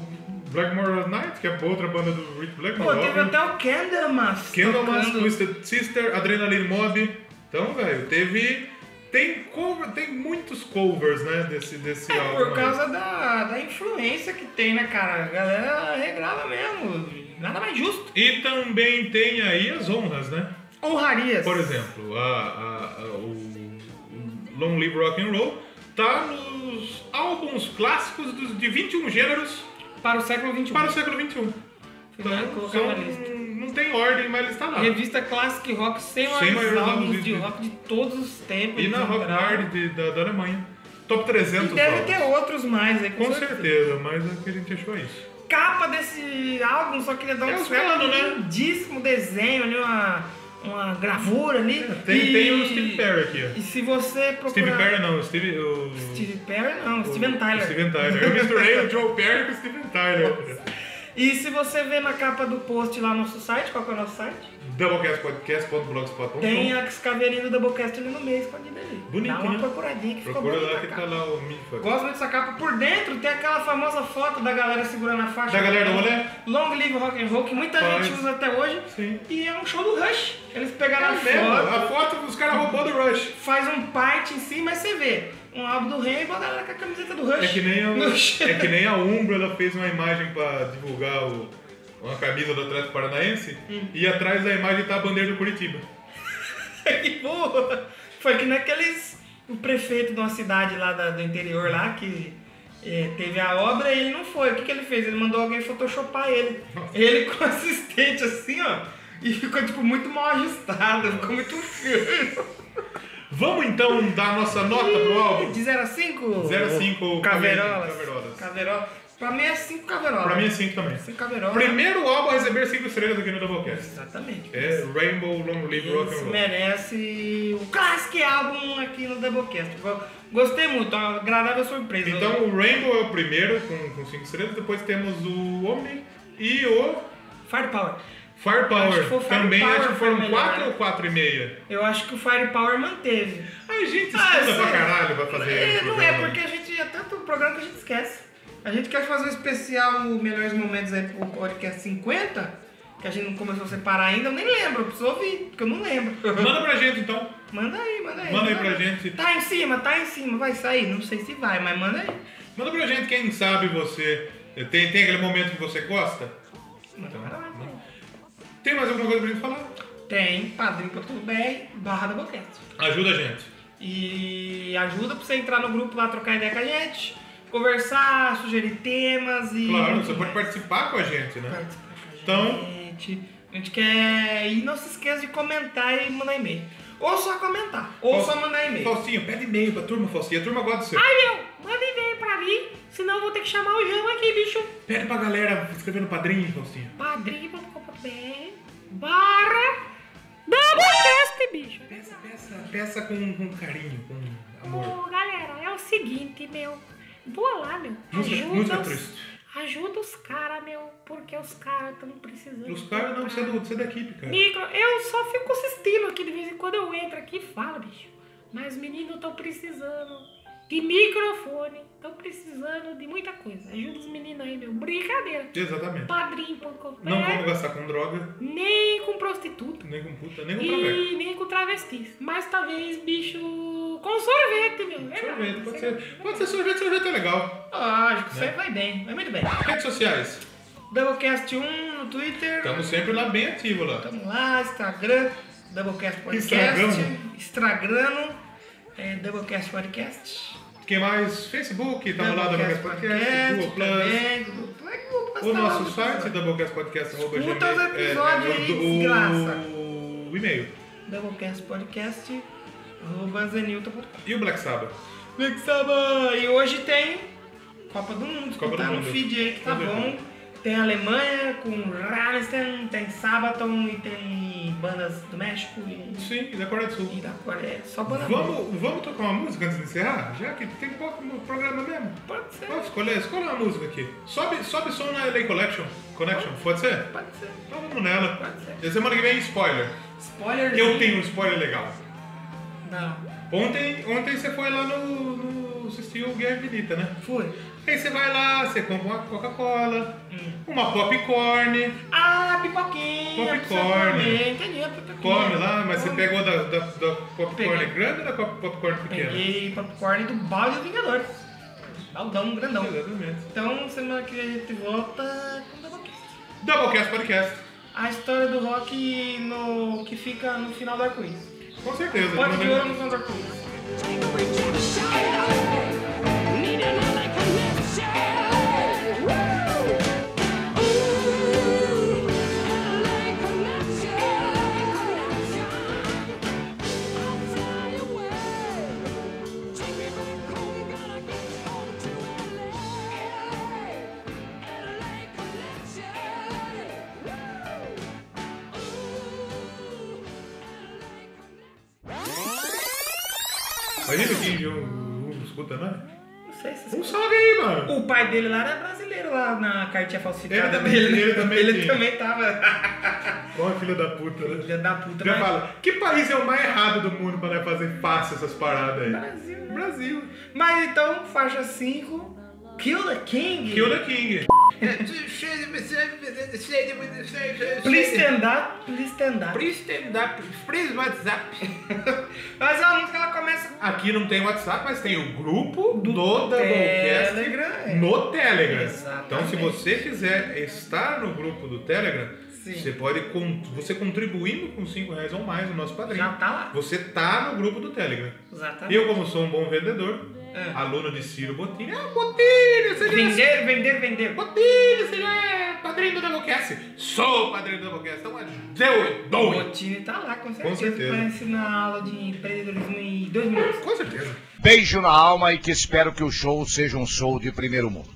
[SPEAKER 3] Blackmore Night, que é outra banda do Rick
[SPEAKER 1] Pô,
[SPEAKER 3] Blackmore.
[SPEAKER 1] teve até o Candlemas.
[SPEAKER 3] Tá Candlemas,
[SPEAKER 1] tocando.
[SPEAKER 3] Twisted Sister, Adrenaline Mob. Então, velho, teve... Tem cover, tem muitos covers, né, desse, desse
[SPEAKER 1] É
[SPEAKER 3] álbum.
[SPEAKER 1] por
[SPEAKER 3] aí.
[SPEAKER 1] causa da, da influência que tem, né, cara? A galera regrava mesmo. Nada mais justo.
[SPEAKER 3] E também tem aí as honras, né?
[SPEAKER 1] Honrarias.
[SPEAKER 3] Por exemplo, a, a- a- o o Long Live Rock and Roll tá nos álbuns clássicos dos, de 21 gêneros
[SPEAKER 1] Para o século XXI.
[SPEAKER 3] para o século XXI.
[SPEAKER 1] Vou
[SPEAKER 3] Então,
[SPEAKER 1] Tá, colocar
[SPEAKER 3] são-
[SPEAKER 1] na lista.
[SPEAKER 3] não tem ordem, mas ele está lá.
[SPEAKER 1] Revista Classic Rock, 100
[SPEAKER 3] Cem
[SPEAKER 1] maiores
[SPEAKER 3] maiores álbuns
[SPEAKER 1] álbuns de
[SPEAKER 3] de-
[SPEAKER 1] rock de todos os tempos.
[SPEAKER 3] E na
[SPEAKER 1] eles
[SPEAKER 3] Rock
[SPEAKER 1] entraram.
[SPEAKER 3] Hard de- da, da Alemanha. Top
[SPEAKER 1] E
[SPEAKER 3] 300
[SPEAKER 1] deve
[SPEAKER 3] álbuns.
[SPEAKER 1] ter outros mais aí, com,
[SPEAKER 3] Com certeza, mas é que a gente achou isso.
[SPEAKER 1] Capa desse álbum, só queria dar um
[SPEAKER 3] É o
[SPEAKER 1] destaque,
[SPEAKER 3] plano, né?
[SPEAKER 1] um lindíssimo desenho ali, uma, uma gravura ali.
[SPEAKER 3] É, Tem,
[SPEAKER 1] e...
[SPEAKER 3] tem o Steve Perry aqui.
[SPEAKER 1] E se você
[SPEAKER 3] ó. Steve
[SPEAKER 1] procurar...
[SPEAKER 3] Perry é não, o Steve... O...
[SPEAKER 1] Steve Perry não, Steven Tyler.
[SPEAKER 3] Steven Tyler. Eu misturei o Joe Perry com o Steven Tyler.
[SPEAKER 1] E se você vê na capa do post lá no nosso site, qual que é o nosso site?
[SPEAKER 3] Doublecastpodcast.blogspot.com
[SPEAKER 1] Tem a caveirinha do Doublecast ali no meio, escondida ali.
[SPEAKER 3] Bonito,
[SPEAKER 1] Dá uma
[SPEAKER 3] né?
[SPEAKER 1] procuradinha que ficou
[SPEAKER 3] Procura
[SPEAKER 1] bonita
[SPEAKER 3] lá
[SPEAKER 1] a
[SPEAKER 3] que tá
[SPEAKER 1] capa.
[SPEAKER 3] lá o Midfuck.
[SPEAKER 1] Gosto muito dessa capa. Por dentro tem aquela famosa foto da galera segurando a faixa.
[SPEAKER 3] Da galera do rolê?
[SPEAKER 1] Long Live Rock and Roll, que muita
[SPEAKER 3] Faz.
[SPEAKER 1] gente usa até hoje.
[SPEAKER 3] Sim. É
[SPEAKER 1] E é um show do Rush. Eles pegaram a foto,
[SPEAKER 3] A foto dos caras roubando o Rush.
[SPEAKER 1] faz um parte em cima, mas você vê. Um álbum do Rei e a galera com a camiseta do Rush.
[SPEAKER 3] É que nem a,
[SPEAKER 1] no chão.
[SPEAKER 3] é que nem a Umbro, ela fez uma imagem pra divulgar o- uma camisa do Atlético Paranaense
[SPEAKER 1] Hum.
[SPEAKER 3] e atrás da imagem tá a bandeira do Curitiba.
[SPEAKER 1] Que boa! Foi que naqueles. O prefeito de uma cidade lá da- do interior lá que eh, teve a obra e ele não foi. O que, que ele fez? Ele mandou alguém photoshopar ele. Ele com o assistente assim, ó. E ficou, tipo, muito mal ajustado, ficou muito feio.
[SPEAKER 3] Vamos então dar nossa nota pro álbum?
[SPEAKER 1] De 0 a 5?
[SPEAKER 3] 0 a 5,
[SPEAKER 1] Caveirolas.
[SPEAKER 3] Caveirolas.
[SPEAKER 1] Caveirolas. Pra mim é 5 caveirolas.
[SPEAKER 3] Pra mim é 5 também.
[SPEAKER 1] 5 caveirolas.
[SPEAKER 3] Primeiro álbum a receber 5 estrelas aqui no Doublecast.
[SPEAKER 1] Exatamente.
[SPEAKER 3] É Rainbow Long Live Rock and
[SPEAKER 1] Isso
[SPEAKER 3] Roll.
[SPEAKER 1] merece o clássico álbum aqui no Doublecast. Go- Gostei muito, é uma agradável surpresa.
[SPEAKER 3] Então o Rainbow é o primeiro com 5 estrelas, depois temos o Omni e o
[SPEAKER 1] Firepower. Acho
[SPEAKER 3] Firepower.
[SPEAKER 1] que foi o
[SPEAKER 3] Também
[SPEAKER 1] Firepower
[SPEAKER 3] acho que
[SPEAKER 1] foi
[SPEAKER 3] foram
[SPEAKER 1] melhor. né?
[SPEAKER 3] 4 ou 4 e meia.
[SPEAKER 1] Eu acho que o Firepower manteve.
[SPEAKER 3] A gente
[SPEAKER 1] Ah,
[SPEAKER 3] estuda
[SPEAKER 1] sim.
[SPEAKER 3] pra caralho pra fazer
[SPEAKER 1] É, não é,
[SPEAKER 3] programa.
[SPEAKER 1] porque a gente é tanto programa que a gente esquece. A gente quer fazer um especial o Melhores Momentos aí pro podcast 50, que a gente não começou a separar ainda, eu nem lembro, eu preciso ouvir, porque eu não lembro.
[SPEAKER 3] Manda pra gente então.
[SPEAKER 1] Manda aí, manda aí.
[SPEAKER 3] Manda aí pra gente.
[SPEAKER 1] Tá em cima, tá em cima, vai sair, não sei se vai, mas manda aí.
[SPEAKER 3] Manda pra gente, quem sabe você. Tem, tem aquele momento que você gosta? Então,
[SPEAKER 1] Manda pra lá.
[SPEAKER 3] Tem mais alguma coisa pra gente falar?
[SPEAKER 1] Tem padrim.br barra da boquete.
[SPEAKER 3] Ajuda a gente.
[SPEAKER 1] E ajuda pra você entrar no grupo lá, trocar ideia com a gente, conversar, sugerir temas e.
[SPEAKER 3] Claro, você pode participar com a gente, né?
[SPEAKER 1] Participa com a
[SPEAKER 3] Então-
[SPEAKER 1] gente. A gente quer. E não se esqueça de comentar e mandar e-mail. Ou só comentar, ou
[SPEAKER 3] Fal-
[SPEAKER 1] só mandar e-mail.
[SPEAKER 3] Faustinho, pede e-mail pra turma, Faustinho. A turma gosta de você.
[SPEAKER 2] Ai, meu, manda e-mail pra mim, senão eu vou ter que chamar o João aqui, bicho.
[SPEAKER 3] Pede pra galera escrever no padrinho, Faustinho.
[SPEAKER 2] Padrinho.com.br barra Doublecast, bicho.
[SPEAKER 3] Peça, peça, peça com, com carinho, com amor.
[SPEAKER 2] Ô, galera, é o seguinte, meu. Vou lá, meu.
[SPEAKER 3] Música-
[SPEAKER 2] Ajuda
[SPEAKER 3] música
[SPEAKER 2] os,
[SPEAKER 3] triste.
[SPEAKER 2] ajuda os caras, meu, porque os caras estão precisando.
[SPEAKER 3] Os caras não, você é,
[SPEAKER 2] comprar.
[SPEAKER 3] do, você é da equipe, cara.
[SPEAKER 2] Micro, eu só fico assistindo aqui de vez em quando eu entro aqui e falo, bicho. Mas os meninos estão precisando de microfone, estão precisando de muita coisa. Ajuda os meninos aí, meu. Brincadeira.
[SPEAKER 3] Exatamente. Não vamos
[SPEAKER 2] Padrinho.com.br
[SPEAKER 3] gastar com droga,
[SPEAKER 2] Nem com prostituta.
[SPEAKER 3] nem com puta, nem com traveco.
[SPEAKER 2] E nem com travestis. Mas talvez, bicho, com sorvete, meu.
[SPEAKER 1] É
[SPEAKER 2] Legal.
[SPEAKER 3] Sorvete, pode Né? ser. Pode ser sorvete, sorvete é legal.
[SPEAKER 1] Lógico, isso aí vai bem, vai muito bem.
[SPEAKER 3] Redes sociais.
[SPEAKER 1] Doublecast 1 no Twitter.
[SPEAKER 3] Estamos sempre lá bem ativo lá.
[SPEAKER 1] Tamo lá, Instagram, Doublecast Podcast.
[SPEAKER 3] Instagramo.
[SPEAKER 1] Instagram, é, Doublecast Podcast.
[SPEAKER 3] Quem mais? Facebook, tá lá da Doublecast Podcast, Google Plus.
[SPEAKER 1] também, Google Plus, Google Plus
[SPEAKER 3] O
[SPEAKER 1] tá
[SPEAKER 3] nosso
[SPEAKER 1] lá,
[SPEAKER 3] site,
[SPEAKER 1] pessoal.
[SPEAKER 3] doublecastpodcast.gmail.
[SPEAKER 1] Escuta os episódios aí, desgraça.
[SPEAKER 3] é, o, o e-mail.
[SPEAKER 1] Doublecast Podcast, arroba zenilton.com.
[SPEAKER 3] E o Black Sabbath.
[SPEAKER 1] Black Sabbath. E hoje tem Copa do Mundo.
[SPEAKER 3] Copa do
[SPEAKER 1] tá no
[SPEAKER 3] Mundo.
[SPEAKER 1] feed aí que tá
[SPEAKER 3] Copa do
[SPEAKER 1] bom.
[SPEAKER 3] Mundo.
[SPEAKER 1] Tem a Alemanha com Rammstein, tem Sabaton e tem bandas do México e,
[SPEAKER 3] Sim, da Coreia do Sul.
[SPEAKER 1] e da Coreia. Só banda boa.
[SPEAKER 3] Vamos, vamos tocar uma música antes de encerrar? Já que tem pouco no programa mesmo.
[SPEAKER 1] Pode ser.
[SPEAKER 3] Pode escolher, escolhe uma música aqui. Sobe, sobe som na LA Collection. Connection, pode ser?
[SPEAKER 1] Pode ser.
[SPEAKER 3] Então vamos nela.
[SPEAKER 1] Pode ser.
[SPEAKER 3] E a semana que vem, spoiler.
[SPEAKER 1] Spoiler.
[SPEAKER 3] Eu tenho um spoiler legal.
[SPEAKER 1] Não.
[SPEAKER 3] Ontem, ontem você foi lá no, no assistiu Guerra Infinita, né?
[SPEAKER 1] Foi.
[SPEAKER 3] Aí você vai lá, você compra uma Coca-Cola,
[SPEAKER 1] Hum.
[SPEAKER 3] uma popcorn,
[SPEAKER 1] Ah, pipoquinha. pra você
[SPEAKER 3] Popcorn.
[SPEAKER 1] comer. Entendi, a pipoquinha.
[SPEAKER 3] come lá, mas você
[SPEAKER 1] Come.
[SPEAKER 3] pegou da, da, da popcorn
[SPEAKER 1] Peguei.
[SPEAKER 3] grande ou da pop- popcorn pequena?
[SPEAKER 1] Peguei popcorn do balde do Vingadores. Baldão, grandão.
[SPEAKER 3] Exatamente.
[SPEAKER 1] Então, semana que vem a gente volta com Doublecast.
[SPEAKER 3] Doublecast Podcast.
[SPEAKER 1] a história do rock no, que fica no final do arco-íris.
[SPEAKER 3] Com certeza. um-
[SPEAKER 1] Pode
[SPEAKER 3] Não
[SPEAKER 1] de
[SPEAKER 3] vai-
[SPEAKER 1] ouro no final do arco-íris.
[SPEAKER 3] Imagina que um, um escuta, né?
[SPEAKER 1] Não sei se
[SPEAKER 3] Um
[SPEAKER 1] vocês...
[SPEAKER 3] salve aí, mano.
[SPEAKER 1] O pai dele lá era brasileiro lá na cartinha falsificada
[SPEAKER 3] Ele também-
[SPEAKER 1] dele. né?
[SPEAKER 3] ele também
[SPEAKER 1] ele
[SPEAKER 3] tinha.
[SPEAKER 1] também tava.
[SPEAKER 3] Ó, filha da puta, né?
[SPEAKER 1] Filha da puta,
[SPEAKER 3] Já
[SPEAKER 1] mas-
[SPEAKER 3] fala, que país é o mais errado do mundo pra nós fazer fácil essas paradas aí?
[SPEAKER 1] Brasil, né?
[SPEAKER 3] Brasil.
[SPEAKER 1] Mas então, faixa 5, Kill the King.
[SPEAKER 3] Kill the King.
[SPEAKER 1] Please stand up, please stand up.
[SPEAKER 3] Please stand up, please WhatsApp.
[SPEAKER 1] Mas a música ela começa com.
[SPEAKER 3] Aqui não tem WhatsApp, mas tem o grupo do Doublecast
[SPEAKER 1] Telegram, é.
[SPEAKER 3] no Telegram.
[SPEAKER 1] Exatamente.
[SPEAKER 3] Então, se você quiser estar no grupo do Telegram,
[SPEAKER 1] Sim.
[SPEAKER 3] você pode con- você contribuindo com 5 reais ou mais no nosso padrinho.
[SPEAKER 1] Já tá lá.
[SPEAKER 3] Você tá no grupo do Telegram.
[SPEAKER 1] Exatamente.
[SPEAKER 3] Eu, como sou um bom vendedor,
[SPEAKER 1] É.
[SPEAKER 3] aluno de Ciro Bottini, ah, Bottini, você já é
[SPEAKER 1] Vender, vender, vender.
[SPEAKER 3] Bottini, você já é padrinho do Doublecast. Sou padrinho do Doublecast, então eu
[SPEAKER 1] O
[SPEAKER 3] dou.
[SPEAKER 1] Botini tá lá, com certeza.
[SPEAKER 3] certeza.
[SPEAKER 1] Pra ensinar aula de empreendedorismo em dois minutos.
[SPEAKER 3] Com certeza.
[SPEAKER 5] Beijo na alma e que espero que o show seja um show de primeiro mundo.